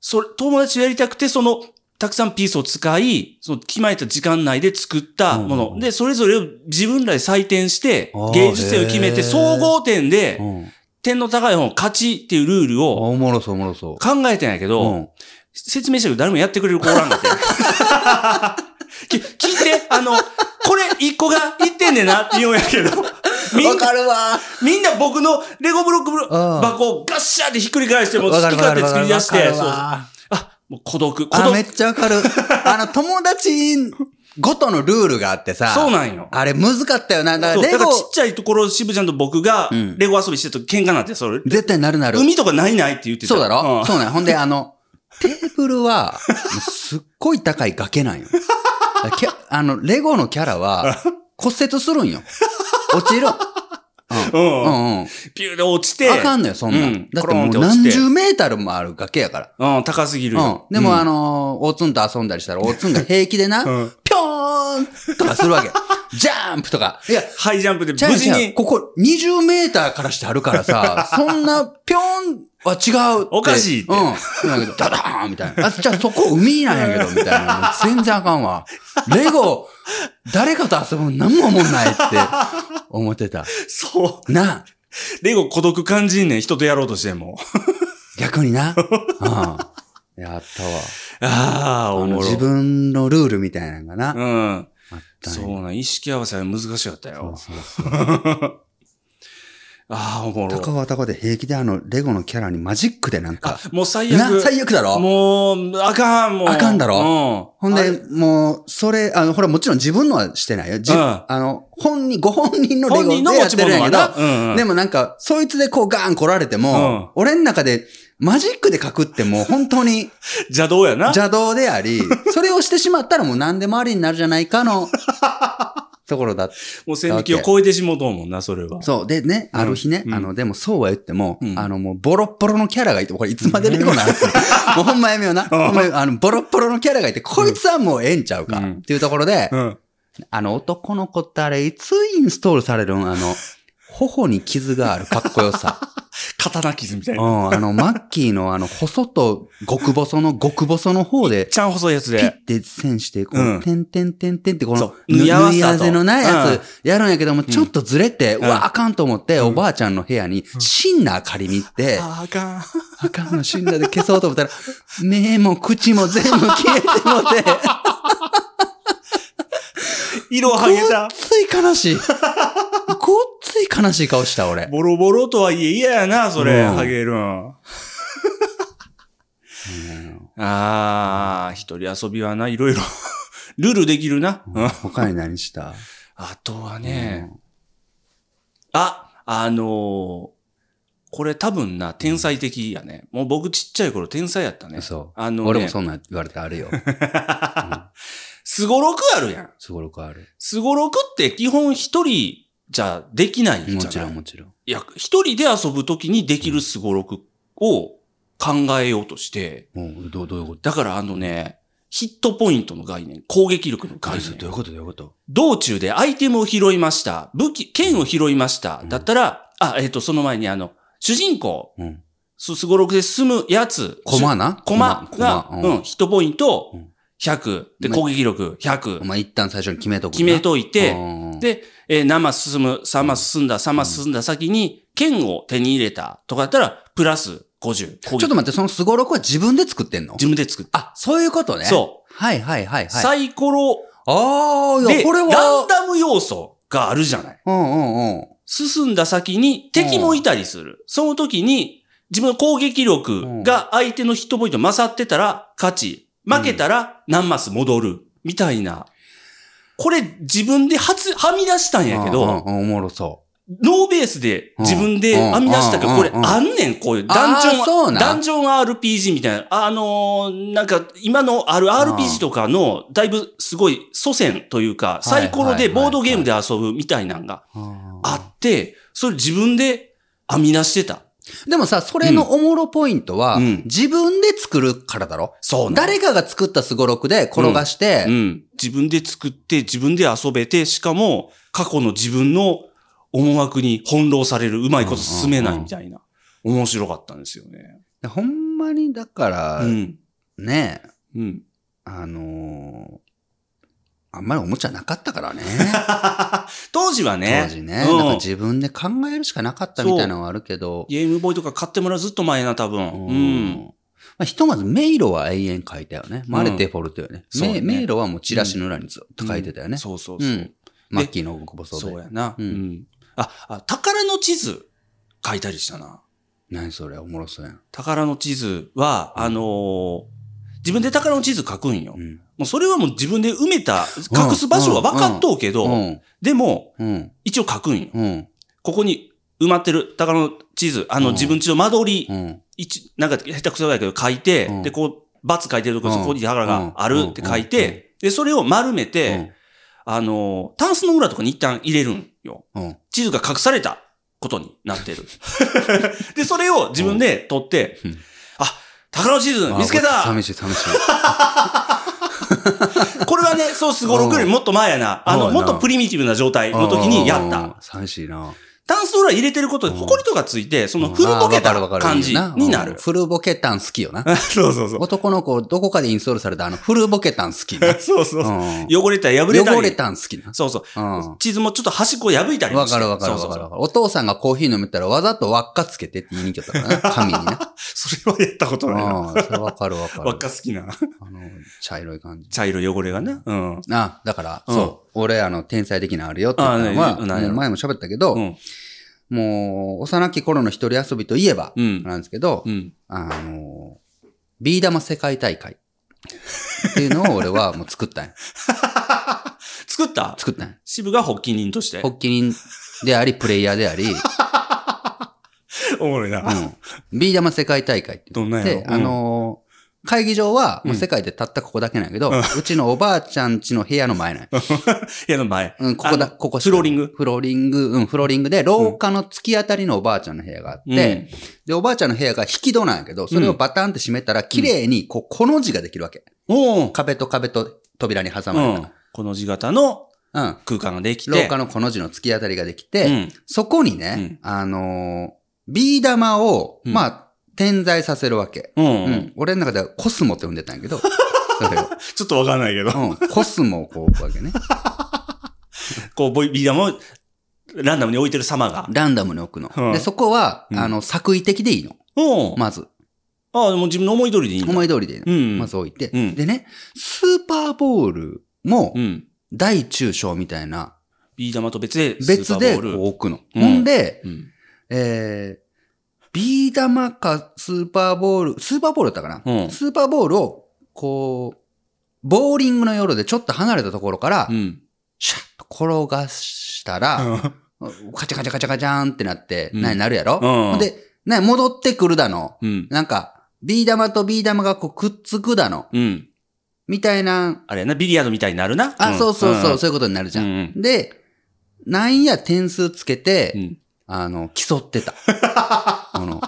[SPEAKER 2] それ、友達とやりたくて、その、たくさんピースを使い、その、決まれた時間内で作ったもの。
[SPEAKER 1] うん
[SPEAKER 2] で、それぞれを自分らで採点して
[SPEAKER 1] あー、
[SPEAKER 2] 芸術点を決め
[SPEAKER 1] へー
[SPEAKER 2] て、総合点で
[SPEAKER 1] う、ん
[SPEAKER 2] 点の高い方の勝ちっていうルール
[SPEAKER 1] あ
[SPEAKER 2] を
[SPEAKER 1] おもろそう、おもろそう。
[SPEAKER 2] 考えてんやけど、
[SPEAKER 1] うん
[SPEAKER 2] 説明したけど誰もやってくれる子おらんかって。 *laughs* き聞いて、あの、これ一個が言ってんねんなって言うんや
[SPEAKER 1] *laughs*
[SPEAKER 2] けど、み
[SPEAKER 1] わ
[SPEAKER 2] んな
[SPEAKER 1] か、るわ
[SPEAKER 2] みんな僕のレゴブロックブ
[SPEAKER 1] う
[SPEAKER 2] ロ
[SPEAKER 1] ん
[SPEAKER 2] 箱をガッシャーってひっくり返して、もう好
[SPEAKER 1] わ
[SPEAKER 2] き
[SPEAKER 1] かるわか
[SPEAKER 2] 勝
[SPEAKER 1] る
[SPEAKER 2] 手
[SPEAKER 1] わ
[SPEAKER 2] 作
[SPEAKER 1] か
[SPEAKER 2] り
[SPEAKER 1] るわかる
[SPEAKER 2] 出して、そう
[SPEAKER 1] わ。
[SPEAKER 2] あ、もう孤独、孤
[SPEAKER 1] あ、めっ
[SPEAKER 2] 独。
[SPEAKER 1] ちゃわか
[SPEAKER 2] *laughs*
[SPEAKER 1] る。あの、友達ごとのルールがあってさ。
[SPEAKER 2] そうなんよ。
[SPEAKER 1] あれ、難かったよな。だか
[SPEAKER 2] そう
[SPEAKER 1] ら、
[SPEAKER 2] だ
[SPEAKER 1] レ
[SPEAKER 2] か
[SPEAKER 1] ゴ
[SPEAKER 2] ら、ちっちゃいところ、渋ちゃんと僕が
[SPEAKER 1] うん
[SPEAKER 2] レゴ遊びしてると喧嘩なんて、それ、
[SPEAKER 1] 絶対なるなる。
[SPEAKER 2] 海とかないないって言ってた。
[SPEAKER 1] そうだろ、
[SPEAKER 2] ん
[SPEAKER 1] そうなんよほんで、あの、テーブルは、もうすっごい高い崖
[SPEAKER 2] *laughs*
[SPEAKER 1] なんよ。だからキャあの、レゴのキャラは、骨折するんよ。落ちる。
[SPEAKER 2] うん。
[SPEAKER 1] うんうん。
[SPEAKER 2] ピューで落ちて、
[SPEAKER 1] あかんのよ、そんな、
[SPEAKER 2] うんん。
[SPEAKER 1] だっ
[SPEAKER 2] コ
[SPEAKER 1] て
[SPEAKER 2] ロ
[SPEAKER 1] も
[SPEAKER 2] ンっ
[SPEAKER 1] う
[SPEAKER 2] て落ち
[SPEAKER 1] 何
[SPEAKER 2] て
[SPEAKER 1] 十メートルもある崖やから。
[SPEAKER 2] うん、高すぎるよ。
[SPEAKER 1] うん。でも、
[SPEAKER 2] うん
[SPEAKER 1] あのー、おつんと遊んだりしたら、おつんが平気でな、
[SPEAKER 2] うん
[SPEAKER 1] ぴょーんとかする
[SPEAKER 2] *laughs*
[SPEAKER 1] わけ。ジャンプとか。いや、
[SPEAKER 2] ハイジャンプで無
[SPEAKER 1] ちゃう
[SPEAKER 2] 事
[SPEAKER 1] ちゃう
[SPEAKER 2] に、
[SPEAKER 1] ここ20メーターからしてあるからさ、
[SPEAKER 2] *laughs*
[SPEAKER 1] そんなぴょんは違うって。
[SPEAKER 2] おかしいって
[SPEAKER 1] うん。なんやけど、ダダーンみたいな。あ、じゃあそこ海なんやけど、みたいな。もう全然あかんわ。レゴ、誰かと遊ぶの何も思んないって思ってた。
[SPEAKER 2] そう。
[SPEAKER 1] なあ。
[SPEAKER 2] レゴ孤独感じんねん、人とやろうとしても。
[SPEAKER 1] 逆に
[SPEAKER 2] *laughs*
[SPEAKER 1] な。うん。やったわ。
[SPEAKER 2] ああ、
[SPEAKER 1] あ
[SPEAKER 2] お
[SPEAKER 1] の
[SPEAKER 2] もろ。
[SPEAKER 1] 自分のルールみたいなのがな。
[SPEAKER 2] うん。
[SPEAKER 1] あったんや
[SPEAKER 2] そうなん、意識合わせは難しかったよ。
[SPEAKER 1] そうそうそう
[SPEAKER 2] ああ、おもろ。
[SPEAKER 1] 高尾は高尾で平気であの、レゴのキャラにマジックでなんか、
[SPEAKER 2] もう最
[SPEAKER 1] な、
[SPEAKER 2] 悪。
[SPEAKER 1] 最悪だろ
[SPEAKER 2] もう、あかん、もう。
[SPEAKER 1] あかんだ
[SPEAKER 2] ろ
[SPEAKER 1] ほんで、、もう、それ、あの、ほら、もちろん自分のはしてないよ。じ、
[SPEAKER 2] うん
[SPEAKER 1] あの、本人、ご本人のレ
[SPEAKER 2] 本
[SPEAKER 1] ゴ
[SPEAKER 2] 人の
[SPEAKER 1] でや
[SPEAKER 2] 持
[SPEAKER 1] ってる
[SPEAKER 2] ち
[SPEAKER 1] ん
[SPEAKER 2] 物
[SPEAKER 1] やけ
[SPEAKER 2] はな。
[SPEAKER 1] ど、
[SPEAKER 2] うんうん
[SPEAKER 1] でもなんか、そいつでこうガーン来られても、
[SPEAKER 2] うん
[SPEAKER 1] 俺の中で、マジックで書くってもう本当
[SPEAKER 2] *laughs*
[SPEAKER 1] に
[SPEAKER 2] 邪道やな。
[SPEAKER 1] 邪道であり、それをしてしまったらもう何でもありになるじゃないかの、ところだ
[SPEAKER 2] もう線引きを超えてしもうと思うな、それは。
[SPEAKER 1] そう。でね、
[SPEAKER 2] うん
[SPEAKER 1] ある日ね、
[SPEAKER 2] うん
[SPEAKER 1] あの、でもそうは言っても、
[SPEAKER 2] うん
[SPEAKER 1] あの、もうボロッボロのキャラがいて、これいつまでレゴなんです
[SPEAKER 2] *laughs*
[SPEAKER 1] よ。もうほんまやめような。ほんまやあの、ボロッボロのキャラがいて、こいつはもうええんちゃうか。
[SPEAKER 2] うん
[SPEAKER 1] っていうところで、
[SPEAKER 2] うん。
[SPEAKER 1] あの、男の子ってあれ、いつインストールされるんあの、頬に傷があるかっこよさ。
[SPEAKER 2] *laughs* 刀傷みたいうな。
[SPEAKER 1] ん。あの、マッキーのあの、細と極細の極細の方で、
[SPEAKER 2] ちゃん細いやつ
[SPEAKER 1] ピッ
[SPEAKER 2] で。
[SPEAKER 1] て線して、こ
[SPEAKER 2] う
[SPEAKER 1] の、
[SPEAKER 2] ん
[SPEAKER 1] てんてんてんてんって、こ
[SPEAKER 2] そ
[SPEAKER 1] の
[SPEAKER 2] う、
[SPEAKER 1] ぬ縫
[SPEAKER 2] 縫
[SPEAKER 1] い
[SPEAKER 2] い
[SPEAKER 1] 合
[SPEAKER 2] 合
[SPEAKER 1] わ
[SPEAKER 2] わせたと
[SPEAKER 1] せのないやつ、やるんやけども、ちょっとずれて、
[SPEAKER 2] ん
[SPEAKER 1] うわ、あかんと思って、おばあちゃんの部屋に、シンナー借りに行って、
[SPEAKER 2] あーあかん。
[SPEAKER 1] あかんの、シンナーで消そうと思ったら、目も口も全部消えても
[SPEAKER 2] *laughs*
[SPEAKER 1] て、
[SPEAKER 2] 色を
[SPEAKER 1] ご
[SPEAKER 2] 剥げた
[SPEAKER 1] っ。つい悲しい。ごっつい悲しい顔した、俺。
[SPEAKER 2] ボロボロとはいえ嫌やな、それ、
[SPEAKER 1] うん
[SPEAKER 2] ハゲルン。ああ、一人遊びはな、いろいろ、 *laughs* ルールできるな。うん
[SPEAKER 1] 他に何した
[SPEAKER 2] あとはね、あ、あのーこれ多分な、天才的やね。もう僕ちっちゃい頃天才やったね。
[SPEAKER 1] そう。
[SPEAKER 2] あのね、
[SPEAKER 1] 俺もそんなん言われてある
[SPEAKER 2] *laughs*
[SPEAKER 1] よ。
[SPEAKER 2] すごろくあるやん。
[SPEAKER 1] すごろくある。
[SPEAKER 2] すごろくって基本一人じゃできないじゃな
[SPEAKER 1] も
[SPEAKER 2] い
[SPEAKER 1] ちろんもちろん。
[SPEAKER 2] いや、一人で遊ぶときにできるすごろくを考えようとして、
[SPEAKER 1] もうどうどういうこと
[SPEAKER 2] だからあのね、ヒットポイントの概念、攻撃力の概
[SPEAKER 1] どうい
[SPEAKER 2] 念。
[SPEAKER 1] うことどういうこと
[SPEAKER 2] 道中でアイテムを拾いました。武器、剣を拾いました。だったら、あ、えっ、と、その前にあの、主人公、
[SPEAKER 1] うん。
[SPEAKER 2] すすごろくで進むやつ、
[SPEAKER 1] コマな
[SPEAKER 2] しコマが、
[SPEAKER 1] コマ
[SPEAKER 2] うん、ヒットポイント
[SPEAKER 1] うん
[SPEAKER 2] 100、で、
[SPEAKER 1] ま
[SPEAKER 2] 攻撃力
[SPEAKER 1] うん。
[SPEAKER 2] 100、
[SPEAKER 1] まあ、一旦最初に決めとくな。
[SPEAKER 2] 決めといて、
[SPEAKER 1] うん、
[SPEAKER 2] で、えー、7マス進む、3マス進んだ、3マス進んだ先に、剣を手に入れたとかだったら、プラス50。ち
[SPEAKER 1] ちょっと待って、そのすごろくは自分で作ってんの
[SPEAKER 2] 自分で作って。
[SPEAKER 1] あ、そういうことね。。
[SPEAKER 2] そう
[SPEAKER 1] はいはいはいはい。
[SPEAKER 2] サイコロ
[SPEAKER 1] ああ、い
[SPEAKER 2] で、
[SPEAKER 1] や、これ
[SPEAKER 2] ラン
[SPEAKER 1] は、
[SPEAKER 2] ダム要素があるじゃない。
[SPEAKER 1] うんうんうん。
[SPEAKER 2] 進んだ先に敵もいたりする。その時に、自分の攻撃力が相手のヒットポイントに勝ってたら勝ち。負けたら何マス戻る。みたいな。これ自分で初、はみ出したんやけど、
[SPEAKER 1] うんうんうんおもろそ
[SPEAKER 2] ノーベースで自分で編み出したけど、
[SPEAKER 1] うん
[SPEAKER 2] これ
[SPEAKER 1] うん
[SPEAKER 2] あんねん、こういうダンジ
[SPEAKER 1] あーそ
[SPEAKER 2] ョ
[SPEAKER 1] う
[SPEAKER 2] ン、
[SPEAKER 1] なん
[SPEAKER 2] ダンジョン RPG みたいな。あのーなんか今のある RPG とかの、だいぶすごい祖先というか、サイコロでボードゲームで遊ぶみたいなのが
[SPEAKER 1] う。
[SPEAKER 2] あって、それ自分で編み出してた。
[SPEAKER 1] でもさ、それのおもろポイントは、
[SPEAKER 2] うん
[SPEAKER 1] 自分で作るからだろ
[SPEAKER 2] そうなの
[SPEAKER 1] 誰かが作ったすごろくで転がして、
[SPEAKER 2] うん。自分で作って、自分で遊べて、しかも過去の自分の思惑に翻弄される、うまいこと進めないみたいな。面白かったんですよね。
[SPEAKER 1] ほんまにだから、
[SPEAKER 2] うん。
[SPEAKER 1] ね、
[SPEAKER 2] うん。
[SPEAKER 1] あのーあんまりおもちゃなかった
[SPEAKER 2] *laughs*
[SPEAKER 1] からね。
[SPEAKER 2] 当時はね
[SPEAKER 1] 当時ね、
[SPEAKER 2] うん
[SPEAKER 1] なんか自分で考えるしかなかったみたいなのはあるけど、
[SPEAKER 2] ゲームボーイとか買ってもらうずっと前やな、多分。う
[SPEAKER 1] うん
[SPEAKER 2] ん。
[SPEAKER 1] まあ、ひとまず迷路は永遠書いたよね。まあ、あれデフォルトよね,、
[SPEAKER 2] そうね
[SPEAKER 1] め迷路はもうチラシの裏にずっと書いてたよね。
[SPEAKER 2] そうそう
[SPEAKER 1] う
[SPEAKER 2] そ
[SPEAKER 1] ん。
[SPEAKER 2] う。
[SPEAKER 1] マッキーの極細
[SPEAKER 2] そう
[SPEAKER 1] で。
[SPEAKER 2] やな。
[SPEAKER 1] う
[SPEAKER 2] うんん。あ、あ宝の地図書いたりしたな。
[SPEAKER 1] 何それおもろそうやん。
[SPEAKER 2] 宝の地図は、あのー自分で宝の地図書くんよ。
[SPEAKER 1] う
[SPEAKER 2] も
[SPEAKER 1] ん。
[SPEAKER 2] うそれはもう自分で埋めた、隠す場所は分かっとうけ
[SPEAKER 1] う
[SPEAKER 2] ど、
[SPEAKER 1] ん。
[SPEAKER 2] でも、
[SPEAKER 1] うん。
[SPEAKER 2] 一応書くんよ。
[SPEAKER 1] うん。
[SPEAKER 2] ここに埋まってる宝の地図、あ
[SPEAKER 1] う
[SPEAKER 2] の
[SPEAKER 1] ん
[SPEAKER 2] 自分家の間取り
[SPEAKER 1] うん。
[SPEAKER 2] 一、なんか下手くそだけど書いて、
[SPEAKER 1] うん
[SPEAKER 2] で、こう、バツ書いてるとこ、
[SPEAKER 1] うん
[SPEAKER 2] そこに宝があるって書い
[SPEAKER 1] うんうん
[SPEAKER 2] て、で、それを丸め
[SPEAKER 1] う
[SPEAKER 2] て、
[SPEAKER 1] ん
[SPEAKER 2] あの、タンスの裏とかに一旦入れるんよ。
[SPEAKER 1] うん。
[SPEAKER 2] 地図が隠されたことになっ
[SPEAKER 1] *laughs*
[SPEAKER 2] てる。で、それを自分で取って、
[SPEAKER 1] うん
[SPEAKER 2] あ、宝の地図見つけ
[SPEAKER 1] あ
[SPEAKER 2] た
[SPEAKER 1] 寂しい寂しい。
[SPEAKER 2] これはね、そうすごろくよりもっと前やな。あ
[SPEAKER 1] う
[SPEAKER 2] の、
[SPEAKER 1] ん
[SPEAKER 2] もっとプリミティブな状 *laughs* 態の時にやっ
[SPEAKER 1] うんうんうん
[SPEAKER 2] た。。
[SPEAKER 1] 寂しいな。
[SPEAKER 2] タンスの裏入れてることで、
[SPEAKER 1] うん
[SPEAKER 2] 埃とかついて、その古ぼけた
[SPEAKER 1] うんあーわかるわかる
[SPEAKER 2] 感じ
[SPEAKER 1] いいよ
[SPEAKER 2] にな
[SPEAKER 1] うん
[SPEAKER 2] る。
[SPEAKER 1] フルボケタン好きよな。
[SPEAKER 2] *laughs* そうそうそ。
[SPEAKER 1] 男の子、どこかでインストールされたあの、フルボケタン好きな。
[SPEAKER 2] *laughs* そうそうそう。
[SPEAKER 1] うん
[SPEAKER 2] 汚れたり破れたり。
[SPEAKER 1] 汚れたん好きな。
[SPEAKER 2] そうそう。
[SPEAKER 1] うん
[SPEAKER 2] 地図もちょっと端っこ破いたりも
[SPEAKER 1] わ
[SPEAKER 2] して
[SPEAKER 1] かるわかるわ
[SPEAKER 2] そう
[SPEAKER 1] かる
[SPEAKER 2] そ
[SPEAKER 1] わ
[SPEAKER 2] う
[SPEAKER 1] かる。お父さんがコーヒー飲めたらわざと輪っかつけてって言いに来たから
[SPEAKER 2] *laughs*
[SPEAKER 1] な、髪にね。
[SPEAKER 2] そうそれはやったことないな。
[SPEAKER 1] うん、それわかるわかる。
[SPEAKER 2] 輪っか好きな。
[SPEAKER 1] あの、茶色い感じ。
[SPEAKER 2] 茶色い汚れがね。うん。
[SPEAKER 1] あ、だから、
[SPEAKER 2] うん
[SPEAKER 1] そう。俺、あの、天才的なあるよって言ったのは、
[SPEAKER 2] あねなんやろ
[SPEAKER 1] もう前も喋ったけど、
[SPEAKER 2] うん。
[SPEAKER 1] もう、幼き頃の一人遊びといえば、
[SPEAKER 2] うん
[SPEAKER 1] なんですけど、
[SPEAKER 2] うん。
[SPEAKER 1] あの、ビー玉世界大会っていうのを俺はもう作ったんや。
[SPEAKER 2] 作った
[SPEAKER 1] 作
[SPEAKER 2] *laughs*
[SPEAKER 1] ったんや。
[SPEAKER 2] 渋が発起人として。
[SPEAKER 1] 発起人であり、プレイヤーであり、
[SPEAKER 2] おもろいな。
[SPEAKER 1] うん。ビー玉世界大会って言って、
[SPEAKER 2] どんなんやろ
[SPEAKER 1] あのー会議場は、もううん世界でたったここだけなんやけど、うちのおばあちゃんちの部屋の前なんや。
[SPEAKER 2] 部屋の前。
[SPEAKER 1] うん、ここだ、
[SPEAKER 2] あの
[SPEAKER 1] ここし
[SPEAKER 2] フ
[SPEAKER 1] か
[SPEAKER 2] ローリング。
[SPEAKER 1] フローリング、うん、フローリングで、廊下の突き当たりのおばあちゃんの部屋があって、
[SPEAKER 2] うん
[SPEAKER 1] で、おばあちゃんの部屋が引き戸なんやけど、それをバタンって閉めたら、綺麗に、こう、この字ができるわけ。
[SPEAKER 2] おお。
[SPEAKER 1] 壁と壁と扉に挟
[SPEAKER 2] う
[SPEAKER 1] まれ
[SPEAKER 2] ん。この字型の
[SPEAKER 1] た。うん。
[SPEAKER 2] 空間ができて。
[SPEAKER 1] 廊下のこの字の突き当たりができて、
[SPEAKER 2] うん。
[SPEAKER 1] そこにね、あのービー玉を、
[SPEAKER 2] うん
[SPEAKER 1] まあ、点在させるわけ。
[SPEAKER 2] うん。
[SPEAKER 1] うん、俺の中ではコスモって呼んでたんやけど、それを
[SPEAKER 2] ちょっとわかんないけど。
[SPEAKER 1] うん、コスモをこう置くわけね。
[SPEAKER 2] こう、ボイビーダもランダムに置いてる様が。
[SPEAKER 1] *laughs* ランダムに置くの。
[SPEAKER 2] うん
[SPEAKER 1] で、そこは、
[SPEAKER 2] うん
[SPEAKER 1] あの、作為的でいいの。
[SPEAKER 2] おお。
[SPEAKER 1] まず。
[SPEAKER 2] ああ、でも自分の思い通りでいいんだ。
[SPEAKER 1] 思い通りでいいの。
[SPEAKER 2] うん
[SPEAKER 1] まず置いて、
[SPEAKER 2] うん
[SPEAKER 1] でね、スーパーボールも
[SPEAKER 2] う、ん。
[SPEAKER 1] 大中小みたいな、
[SPEAKER 2] ビー玉と別でスー
[SPEAKER 1] 別
[SPEAKER 2] パー
[SPEAKER 1] で
[SPEAKER 2] ボ
[SPEAKER 1] こ
[SPEAKER 2] ール。
[SPEAKER 1] う置くの。
[SPEAKER 2] うん
[SPEAKER 1] ほんで、
[SPEAKER 2] うん。
[SPEAKER 1] えー、ビー玉かスーパーボール、スーパーボールだったかな、
[SPEAKER 2] うん
[SPEAKER 1] スーパーボールを、こう、ボーリングの夜でちょっと離れたところから、
[SPEAKER 2] うん。
[SPEAKER 1] シャッと転がしたら、カチャカチャカチャカチャーンってなって、
[SPEAKER 2] うん
[SPEAKER 1] ななるやろ、
[SPEAKER 2] うん
[SPEAKER 1] ほで、な戻ってくるだの。
[SPEAKER 2] うん。
[SPEAKER 1] なんか、ビー玉とビー玉がこうくっつくだの。
[SPEAKER 2] うん。
[SPEAKER 1] みたいな、
[SPEAKER 2] あれやな、ビリヤードみたいになるな。
[SPEAKER 1] あ、
[SPEAKER 2] ん
[SPEAKER 1] そうそうそう、そういうことになるじゃ。
[SPEAKER 2] うんん。
[SPEAKER 1] で、なんや点数つけて、
[SPEAKER 2] うん。
[SPEAKER 1] あの、競って
[SPEAKER 2] *laughs*
[SPEAKER 1] た。あの、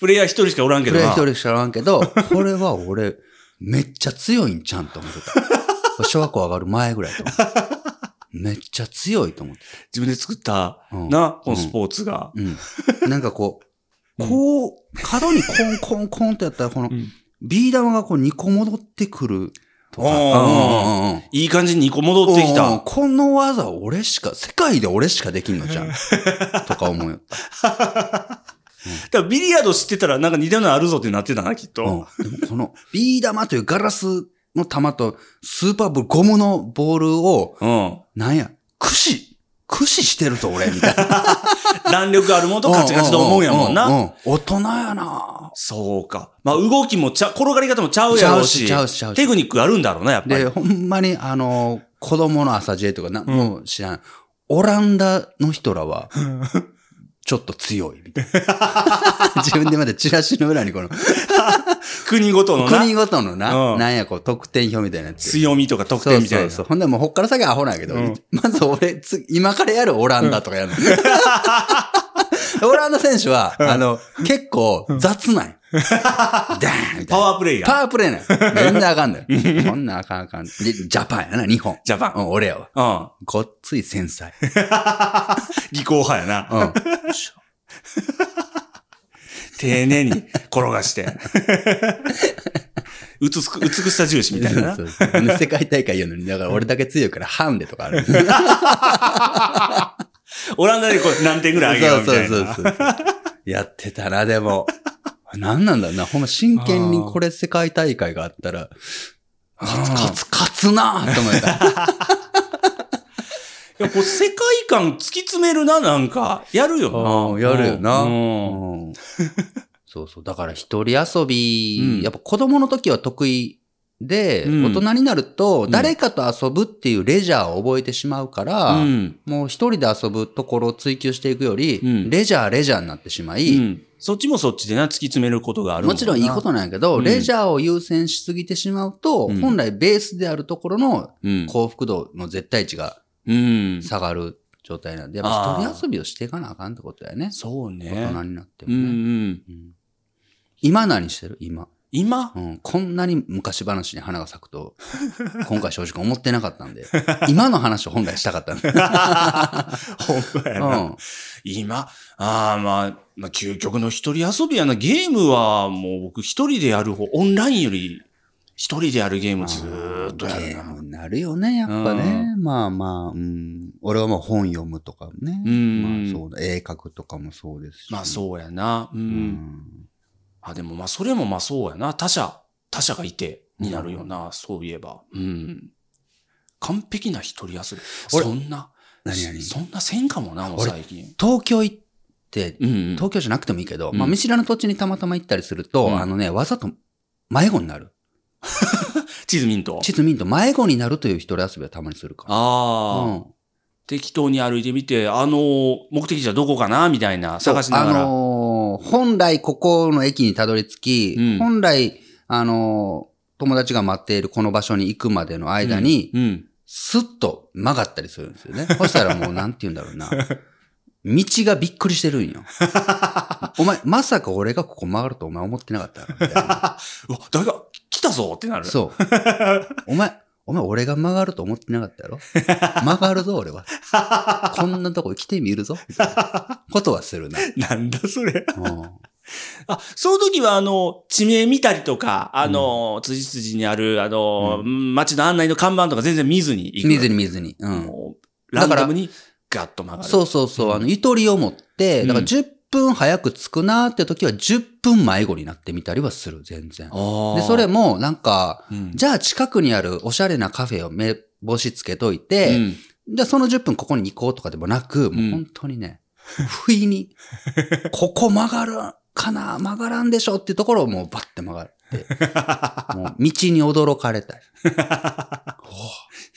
[SPEAKER 2] プレイヤー一人しかおらんけ
[SPEAKER 1] プ
[SPEAKER 2] ど
[SPEAKER 1] レイ一
[SPEAKER 2] な。
[SPEAKER 1] 人しかおらんけど、これは俺、めっちゃ強いんちゃんと思ってた。
[SPEAKER 2] *laughs*
[SPEAKER 1] これ小学校上がる前ぐらいと思ってた。めっちゃ強いと思って
[SPEAKER 2] 自分で作った、
[SPEAKER 1] た。うん
[SPEAKER 2] な、このスポーツが。
[SPEAKER 1] うん。なんかこう、
[SPEAKER 2] うん
[SPEAKER 1] こう、角にコンコンコンってやったら、この
[SPEAKER 2] うん、
[SPEAKER 1] ビー玉がこう2個戻ってくるとか。
[SPEAKER 2] おー
[SPEAKER 1] うんうんうん
[SPEAKER 2] いい感じに2個戻ってき
[SPEAKER 1] おうおう
[SPEAKER 2] た。
[SPEAKER 1] この技俺しか、世界で俺しかできんの
[SPEAKER 2] *laughs*
[SPEAKER 1] じゃん。とか思うよ。
[SPEAKER 2] だからビリヤード知ってたら、なんか似たようなのあるぞってなってたな、きっと。
[SPEAKER 1] うん、でもこのビー玉というガラスの玉とスーパーボール、ゴムのボールを、
[SPEAKER 2] うん。
[SPEAKER 1] なんや、駆使、駆使してるぞ俺、みたい
[SPEAKER 2] *laughs*
[SPEAKER 1] な。
[SPEAKER 2] 弾力あるもんとカチカチと思うやもん
[SPEAKER 1] う
[SPEAKER 2] な。
[SPEAKER 1] ううん大人やな
[SPEAKER 2] そうか。まあ、動きもちゃ、転がり方もちゃうやろうし。
[SPEAKER 1] ちゃうしちゃうしちゃうし
[SPEAKER 2] テクニックあるんだろうな、やっぱり
[SPEAKER 1] で、。ほんまにあの、子供の朝知恵とかな、もう知らん。オランダの人ら
[SPEAKER 2] *laughs*
[SPEAKER 1] は、ちょっと強い、みたいな。 *laughs* 自分でまだチラシの裏にこの、
[SPEAKER 2] 国ごとのな
[SPEAKER 1] 国。ごとのな、
[SPEAKER 2] うん
[SPEAKER 1] なんやこう、得点表みたいなやつ。
[SPEAKER 2] 強みとか得点みた
[SPEAKER 1] そ
[SPEAKER 2] い
[SPEAKER 1] う
[SPEAKER 2] な。
[SPEAKER 1] そうそう。ほんでもうほっから先はアホなんやけど、
[SPEAKER 2] うん
[SPEAKER 1] まず俺、つ今からやるオランダとかやるの。 *laughs* オランダ選手は、あの、結構雑
[SPEAKER 2] *laughs*
[SPEAKER 1] なんよダーンみたい
[SPEAKER 2] パ
[SPEAKER 1] な。
[SPEAKER 2] ワープレイヤ
[SPEAKER 1] パ
[SPEAKER 2] ー。
[SPEAKER 1] ワープレイなんよ全然あかんのよ。こんなんあかんあかん。で、ジャパンやな、日本。
[SPEAKER 2] ジャパン
[SPEAKER 1] うん、俺やわ。
[SPEAKER 2] うん。
[SPEAKER 1] ごっつい繊
[SPEAKER 2] *laughs*
[SPEAKER 1] 細。
[SPEAKER 2] 技巧派やな。
[SPEAKER 1] うん。
[SPEAKER 2] 丁寧に転がして。
[SPEAKER 1] *laughs*
[SPEAKER 2] 美しく、美しさ重視みたいなな
[SPEAKER 1] そ。うそうほんで世界大会言うのに、だから俺だけ強いからハウンデとかあ
[SPEAKER 2] *laughs*
[SPEAKER 1] る。
[SPEAKER 2] オランダでこう何点ぐらい上げようみたいな。
[SPEAKER 1] そうそうそうそう。やってたな、でも。何なんだろうな。ほんま真剣にこれ世界大会があったら、勝つ、勝つ、勝つなぁと思
[SPEAKER 2] *laughs*
[SPEAKER 1] った。
[SPEAKER 2] いや、こう世界観突き詰めるな、なんか。やる
[SPEAKER 1] うん
[SPEAKER 2] よな。
[SPEAKER 1] やるよな。
[SPEAKER 2] うん
[SPEAKER 1] うんそうそう。だから一人遊び、
[SPEAKER 2] うん
[SPEAKER 1] やっぱ子供の時は得意で、
[SPEAKER 2] うん
[SPEAKER 1] 大人になると
[SPEAKER 2] ん
[SPEAKER 1] 誰かと遊ぶっていうレジャーを覚えてしまうから、
[SPEAKER 2] うん。
[SPEAKER 1] もう一人で遊ぶところを追求していくより、
[SPEAKER 2] うん
[SPEAKER 1] レジャーレジャーになってしまい、
[SPEAKER 2] うんそっちもそっちでな、突き詰めることがある
[SPEAKER 1] もちろんいいこと
[SPEAKER 2] な。
[SPEAKER 1] なんやけど、
[SPEAKER 2] うん
[SPEAKER 1] レジャーを優先しすぎてしまうと、
[SPEAKER 2] うん
[SPEAKER 1] 本来ベースであるところの
[SPEAKER 2] うん。
[SPEAKER 1] 幸福度の絶対値が
[SPEAKER 2] うん。
[SPEAKER 1] 下がる状態なんで、や
[SPEAKER 2] ん
[SPEAKER 1] っぱ一人遊びをしていかなあかんってことだよね。
[SPEAKER 2] そう
[SPEAKER 1] 大人
[SPEAKER 2] ね。
[SPEAKER 1] になって
[SPEAKER 2] う
[SPEAKER 1] も
[SPEAKER 2] んう
[SPEAKER 1] ね。
[SPEAKER 2] ん。
[SPEAKER 1] うん今何してる今、
[SPEAKER 2] 今
[SPEAKER 1] うん。こんなに昔話に花が咲く *laughs* と、今回正直思ってなかったんで、今の話を本来したかった *laughs* んで。
[SPEAKER 2] ほんまや
[SPEAKER 1] う
[SPEAKER 2] *laughs* な。
[SPEAKER 1] ん。
[SPEAKER 2] 今、ああ、まあ、まあ、究極の一人遊びやな。ゲームはもう僕一人でやる方、オンラインより一人でやるゲームずーっとやる
[SPEAKER 1] ゲ
[SPEAKER 2] な
[SPEAKER 1] ー。ムになるよね、やっぱね。まあまあ、うん。俺はまあ本読むとかね。
[SPEAKER 2] う
[SPEAKER 1] ま
[SPEAKER 2] ん
[SPEAKER 1] あそうだ。絵描くとかもそうですし。
[SPEAKER 2] まあそうやな。うん。
[SPEAKER 1] う
[SPEAKER 2] あ、でもまあそれもまあそうやな。他者、他者がいてになるよな。そういえば。うん。完璧な一人遊び。
[SPEAKER 1] 俺
[SPEAKER 2] そんな、
[SPEAKER 1] 何々
[SPEAKER 2] そんなせんかもな、もう
[SPEAKER 1] 俺
[SPEAKER 2] 最近。
[SPEAKER 1] 東京行って、
[SPEAKER 2] うんうん。
[SPEAKER 1] 東京じゃなくてもいいけど、
[SPEAKER 2] うん
[SPEAKER 1] まあ見知らぬ土地にたまたま行ったりすると、
[SPEAKER 2] うん
[SPEAKER 1] あのね、わざと迷子になる。
[SPEAKER 2] 地図ミント。
[SPEAKER 1] 地図見んと迷子になるという一人遊びはたまにするから。
[SPEAKER 2] ああ、
[SPEAKER 1] うん。
[SPEAKER 2] 適当に歩いてみて、あのー目的地はどこかなみたいな、探しながら。
[SPEAKER 1] あのー本来ここの駅にたどり着き、
[SPEAKER 2] うん
[SPEAKER 1] 本来、あのー友達が待っているこの場所に行くまでの間に、
[SPEAKER 2] うん。
[SPEAKER 1] スッと曲がったりするんですよね。 *laughs* そしたらもうなんて言うんだろうな。道がびっくりしてるんよ。 *laughs* お前、まさか俺がここ曲がるとお前思ってなかったみたいな。
[SPEAKER 2] うわ、誰か来たぞってなる。
[SPEAKER 1] そう。
[SPEAKER 2] *laughs*
[SPEAKER 1] お前、お前俺が曲がると思ってなかったやろ *laughs* 曲がるぞ俺は。こんなとこ来てみるぞみたいなことはするな。
[SPEAKER 2] *laughs* なんだそれ。
[SPEAKER 1] うん
[SPEAKER 2] あ、その時は、あの、地名見たりとか、あの、辻筋にある、あの、街の案内の看板とか全然見ずに行く。
[SPEAKER 1] 見ずに見ずに。うん。
[SPEAKER 2] もうラ
[SPEAKER 1] だ
[SPEAKER 2] ン
[SPEAKER 1] から
[SPEAKER 2] ダムにガッと曲がる。
[SPEAKER 1] そうそうそう。あの、ゆとりを持って、だから
[SPEAKER 2] うん
[SPEAKER 1] 10分早く着くなーって時は10分迷子になってみたりはする、全然。
[SPEAKER 2] ああ。
[SPEAKER 1] で、それ、もなんか、
[SPEAKER 2] うん、
[SPEAKER 1] じゃあ近くにあるおしゃれなカフェを目星つけといて、 *laughs*
[SPEAKER 2] うん
[SPEAKER 1] じゃあその10分ここに行こうとかでもなく、もう本当にね、不意に、ここ曲がるかな曲がらんでしょっていうところをもうバッて曲がって、もう道に驚かれたり。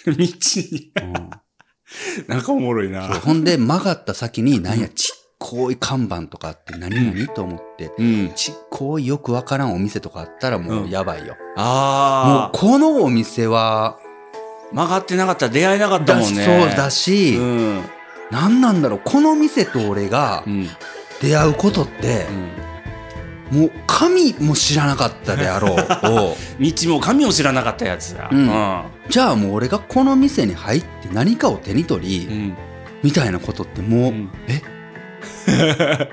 [SPEAKER 2] 道に。
[SPEAKER 1] うん
[SPEAKER 2] なんかおもろい
[SPEAKER 1] そう
[SPEAKER 2] な。
[SPEAKER 1] ほんで曲がった先に何や、ちっこい看板とかあって何々と思って、
[SPEAKER 2] うん。
[SPEAKER 1] ちっこいよくわからんお店とかあったらもうやばいよ。もう
[SPEAKER 2] ああ。
[SPEAKER 1] このお店は、
[SPEAKER 2] 曲がってなかったら出会えなかった
[SPEAKER 1] だ
[SPEAKER 2] も
[SPEAKER 1] し
[SPEAKER 2] んね。
[SPEAKER 1] そうだし、
[SPEAKER 2] うん。
[SPEAKER 1] 何なんだろう、この店と俺が
[SPEAKER 2] うん。
[SPEAKER 1] 出会うことって、もう神も知らなかったであ
[SPEAKER 2] *laughs*
[SPEAKER 1] ろうを
[SPEAKER 2] 道も神を知らなかったやつだ。
[SPEAKER 1] うんじゃあもう俺がこの店に入って何かを手に取り、
[SPEAKER 2] うん。
[SPEAKER 1] みたいなことってもう、
[SPEAKER 2] うん *laughs*
[SPEAKER 1] え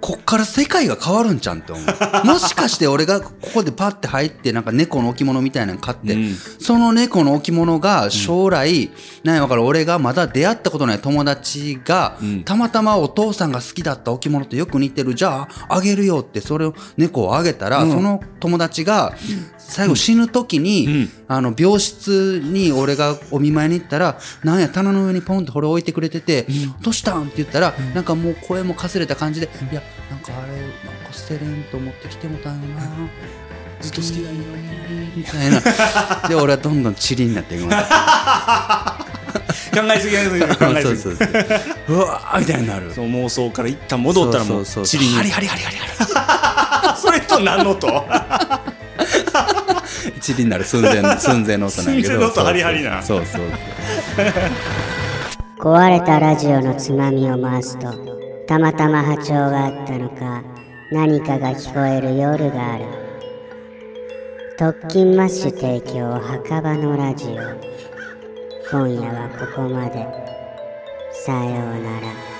[SPEAKER 1] こっから世界が変わるんちゃうんって思うもしかして俺がここでパッて入ってなんか猫の置物みたいなの買って、
[SPEAKER 2] うん
[SPEAKER 1] その猫の置物が将来、なんやわかる俺がまだ出会ったことない友達が、
[SPEAKER 2] うん
[SPEAKER 1] たまたまお父さんが好きだった置物とよく似てるじゃああげるよってそれを猫をあげたら、
[SPEAKER 2] うん
[SPEAKER 1] その友達が最後死ぬ時に、
[SPEAKER 2] うん
[SPEAKER 1] あの病室に俺がお見舞いに行ったら「なんや棚の上にポンってこれ置いてくれてて「どうしたん?」って言ったら、なんかもう声もかすれた感じで「いやなんかあれなんか捨てれんと思ってきてもたんやな」ずっと好きだよねみたいなで俺はどんどんチリになっていくの
[SPEAKER 2] 考えすぎ考え
[SPEAKER 1] そ
[SPEAKER 2] す
[SPEAKER 1] う
[SPEAKER 2] ぎ
[SPEAKER 1] そうそううわーみたいになる
[SPEAKER 2] そう妄想から一旦戻ったらもう
[SPEAKER 1] そ
[SPEAKER 2] チ
[SPEAKER 1] そ
[SPEAKER 2] リ
[SPEAKER 1] ハリ
[SPEAKER 2] に
[SPEAKER 1] ハリハリハリハ
[SPEAKER 2] *laughs* それと何のと
[SPEAKER 1] リチリになる寸前の寸前の音なんやけど
[SPEAKER 2] 寸前の音ハリハリな
[SPEAKER 1] そうそうそう
[SPEAKER 5] 壊れたラジオのつまみを回すとたまたま波長があったのか何かが聞こえる夜がある特勤マッシュ提供墓場のラジオ今夜はここまでさようなら